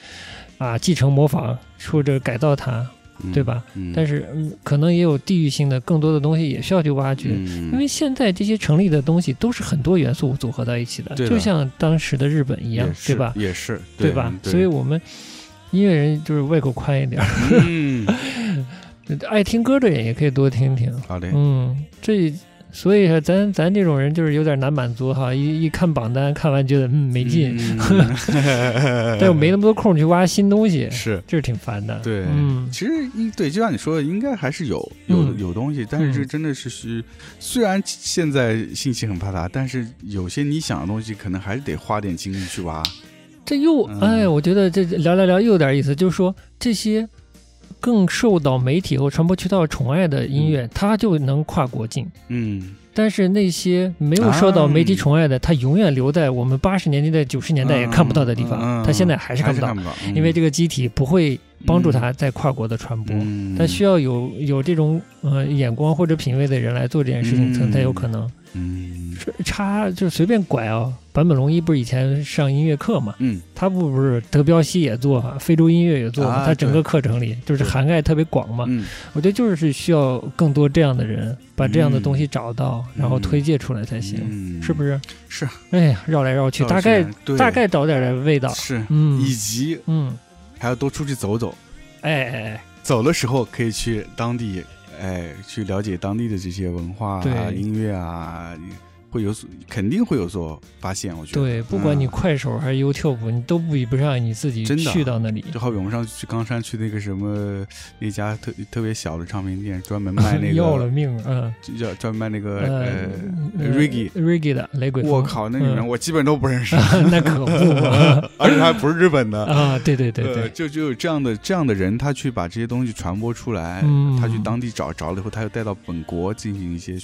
S1: 啊继承模仿或者改造它，对吧？
S2: 嗯？
S1: 但
S2: 是
S1: 是、嗯、可能也有地域性的，更多的东西也需要去
S2: 嗯
S1: 挖掘。因
S2: 因
S1: 为现在这些成立的东西都是很多元素组合到一起的，
S2: 对的
S1: 就像当时的日本一样，对吧？
S2: 也是嗯
S1: 对吧？所以我们音乐人就是胃口宽一点儿，
S2: 嗯，
S1: 爱听歌的人也可以多听听。
S2: 好嘞，
S1: 嗯，这所以说咱咱这种人就是有点难满足哈，一一看榜单，看完觉得嗯没劲，
S2: 嗯
S1: 但又没那么多空去挖新东西，
S2: 是
S1: 这是挺烦的。
S2: 对，
S1: 嗯
S2: 其实应对，就像你说的，应该还是有有
S1: 嗯
S2: 有东西，但是这
S1: 嗯
S2: 真的是需，虽然现在信息很发达，但是有些你想的东西，可能还是得花点精力去挖。
S1: 这又
S2: 嗯
S1: 哎，我觉得这聊聊聊又有点意思，就是说这些更受到媒体和传播渠道宠爱的音乐，它就能跨国境。
S2: 嗯，
S1: 但是那些没有受到媒体宠爱的，它永远留在我们八十年代、九十年代也看不到的地
S2: 嗯嗯
S1: 方，
S2: 嗯
S1: 它现在还是看不到，
S2: 到，嗯
S1: 因为这
S2: 个
S1: 个机体不会帮助它在跨国的传播。
S2: 嗯，
S1: 但需
S2: 要
S1: 要有有这种呃眼光或者品味的人来做这件事情，才
S2: 嗯
S1: 才有可能。
S2: 嗯
S1: 是插就随便拐啊！坂本龙一不是以前上音乐课嘛，
S2: 嗯
S1: 他不不是德彪西也做嘛，非洲音乐也做嘛，
S2: 啊
S1: 他整个课程里就是
S2: 对
S1: 涵盖特别广嘛。
S2: 嗯，
S1: 我觉得就是需要更多这样的人，把这样的东西找到，
S2: 嗯
S1: 然后推介出来才行，
S2: 嗯
S1: 是不？是？
S2: 是。
S1: 哎呀，绕来绕去，
S2: 倒
S1: 大
S2: 是啊
S1: 概
S2: 对
S1: 大概找点儿味道。
S2: 是，
S1: 嗯
S2: 以及
S1: 嗯，
S2: 还要多出去走走，
S1: 哎哎
S2: 走的时候可以去当地，哎，去了解当地的这些文化啊、
S1: 对
S2: 音乐啊，会有所肯定会有所发现。我
S1: 哎，
S2: 觉得，
S1: 对，不管你
S2: 嗯
S1: 快手还是 YouTube，你都比不上你自己
S2: 真的啊
S1: 去到那里。
S2: 就好比我们上次去冈山去那个什么那家特特别小的唱片店，专 门卖那
S1: 要了
S2: 个，
S1: 命，嗯，
S2: 就叫专门卖那个
S1: 呃
S2: 呃 reggae。
S1: Reggae 的雷鬼风，
S2: 我靠，那个人
S1: 嗯
S2: 我基本都不认 识，
S1: 那可不嘛
S2: 而且还不是日本的。
S1: 啊！对 对对
S2: 呃
S1: 对，
S2: 就就有这样的这样的人，他去把这些东西传播出来，
S1: 嗯
S2: 他去当地找着了以后，他又带到本国进行一些，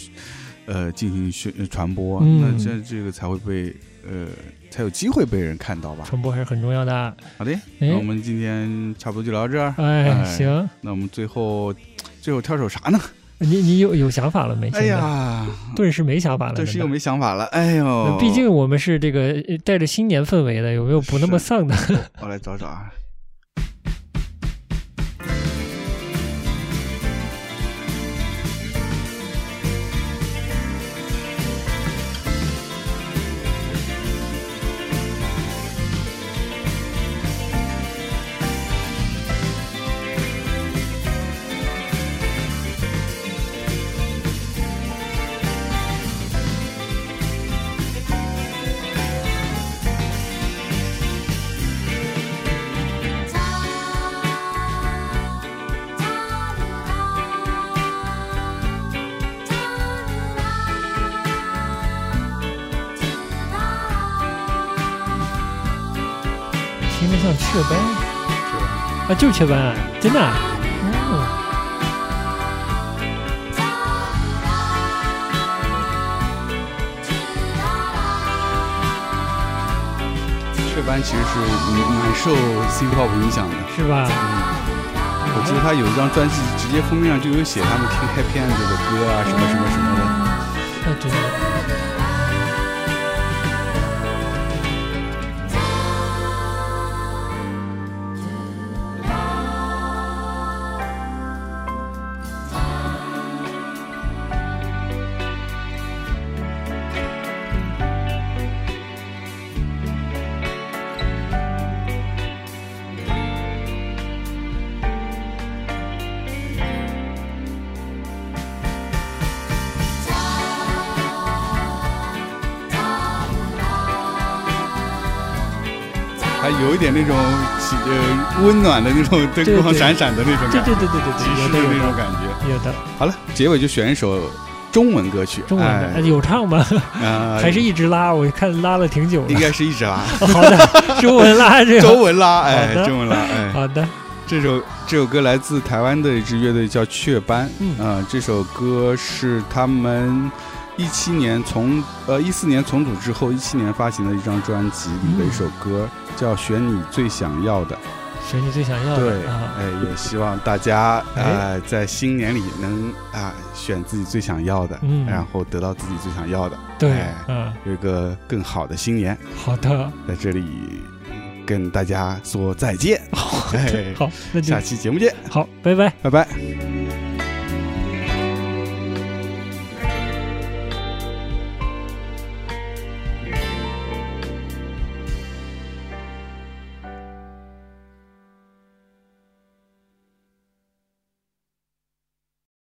S2: 呃，进行宣呃传播，
S1: 嗯
S2: 那这这个才会被呃才有机会被人看到吧。
S1: 传播还是很重要的。
S2: 好的，
S1: 哎
S2: 那我们今天差不多就聊到这儿。
S1: 哎，
S2: 嗯哎
S1: 行，
S2: 那我们最后最后挑首啥呢？
S1: 你你有有想法了没？
S2: 哎
S1: 现在，
S2: 呀，
S1: 顿时没想法了。
S2: 顿时
S1: 真的
S2: 又没想法了。哎呦
S1: 那，毕竟我们是这个呃带着新年氛围的，有没有不那么丧的？
S2: 我来找找啊。
S5: 「チャーチャルラチャルラチュラ」
S1: 听着像雀斑，啊，就是雀斑啊，真的啊。
S2: 嗯
S1: 哦，
S2: 雀斑其实是蛮蛮受 C pop 影响的。
S1: 是吧？啊
S2: 我记得他有一张专辑，直接封面上就有写他们听 Happy End 的歌啊，什么什么什么的。
S1: 那真的，
S2: 还有一点那种起呃温暖的那种灯
S1: 对
S2: 光
S1: 对
S2: 闪闪的那种
S1: 对
S2: 感
S1: 对
S2: 觉，
S1: 对对对
S2: 即
S1: 对，
S2: 视
S1: 有
S2: 的
S1: 的有
S2: 那种
S1: 的
S2: 感觉。
S1: 有的，
S2: 好了，结尾就选一首中文歌曲，
S1: 中文的哎有唱吗？
S2: 哎啊，
S1: 还是一直拉？我看拉了挺久
S2: 应
S1: 了。
S2: 该是一直 拉
S1: 好的，中文拉这
S2: 中
S1: 个。
S2: 文拉，哎
S1: 好，的
S2: 中文拉，哎，
S1: 好的，
S2: 这首这首歌来自台湾的一支乐队叫雀斑，
S1: 嗯
S2: 啊这首歌是他们一七年从呃一四年重组之后，一七年发行的一张专辑里的一
S1: 嗯
S2: 首歌，叫《选你最想要的》。
S1: 选你最想要
S2: 对，
S1: 的啊。
S2: 哎，也希望大家
S1: 哎
S2: 呃在新年里能啊选自己最想要的，
S1: 嗯
S2: 然后得到自己最想要的，
S1: 对
S2: 哎，
S1: 嗯，
S2: 有一个更好的新年。
S1: 好的，
S2: 在这里跟大家说再见，哎哎
S1: 好，那就
S2: 下期节目见，
S1: 好，拜拜。
S2: 拜拜。
S5: 「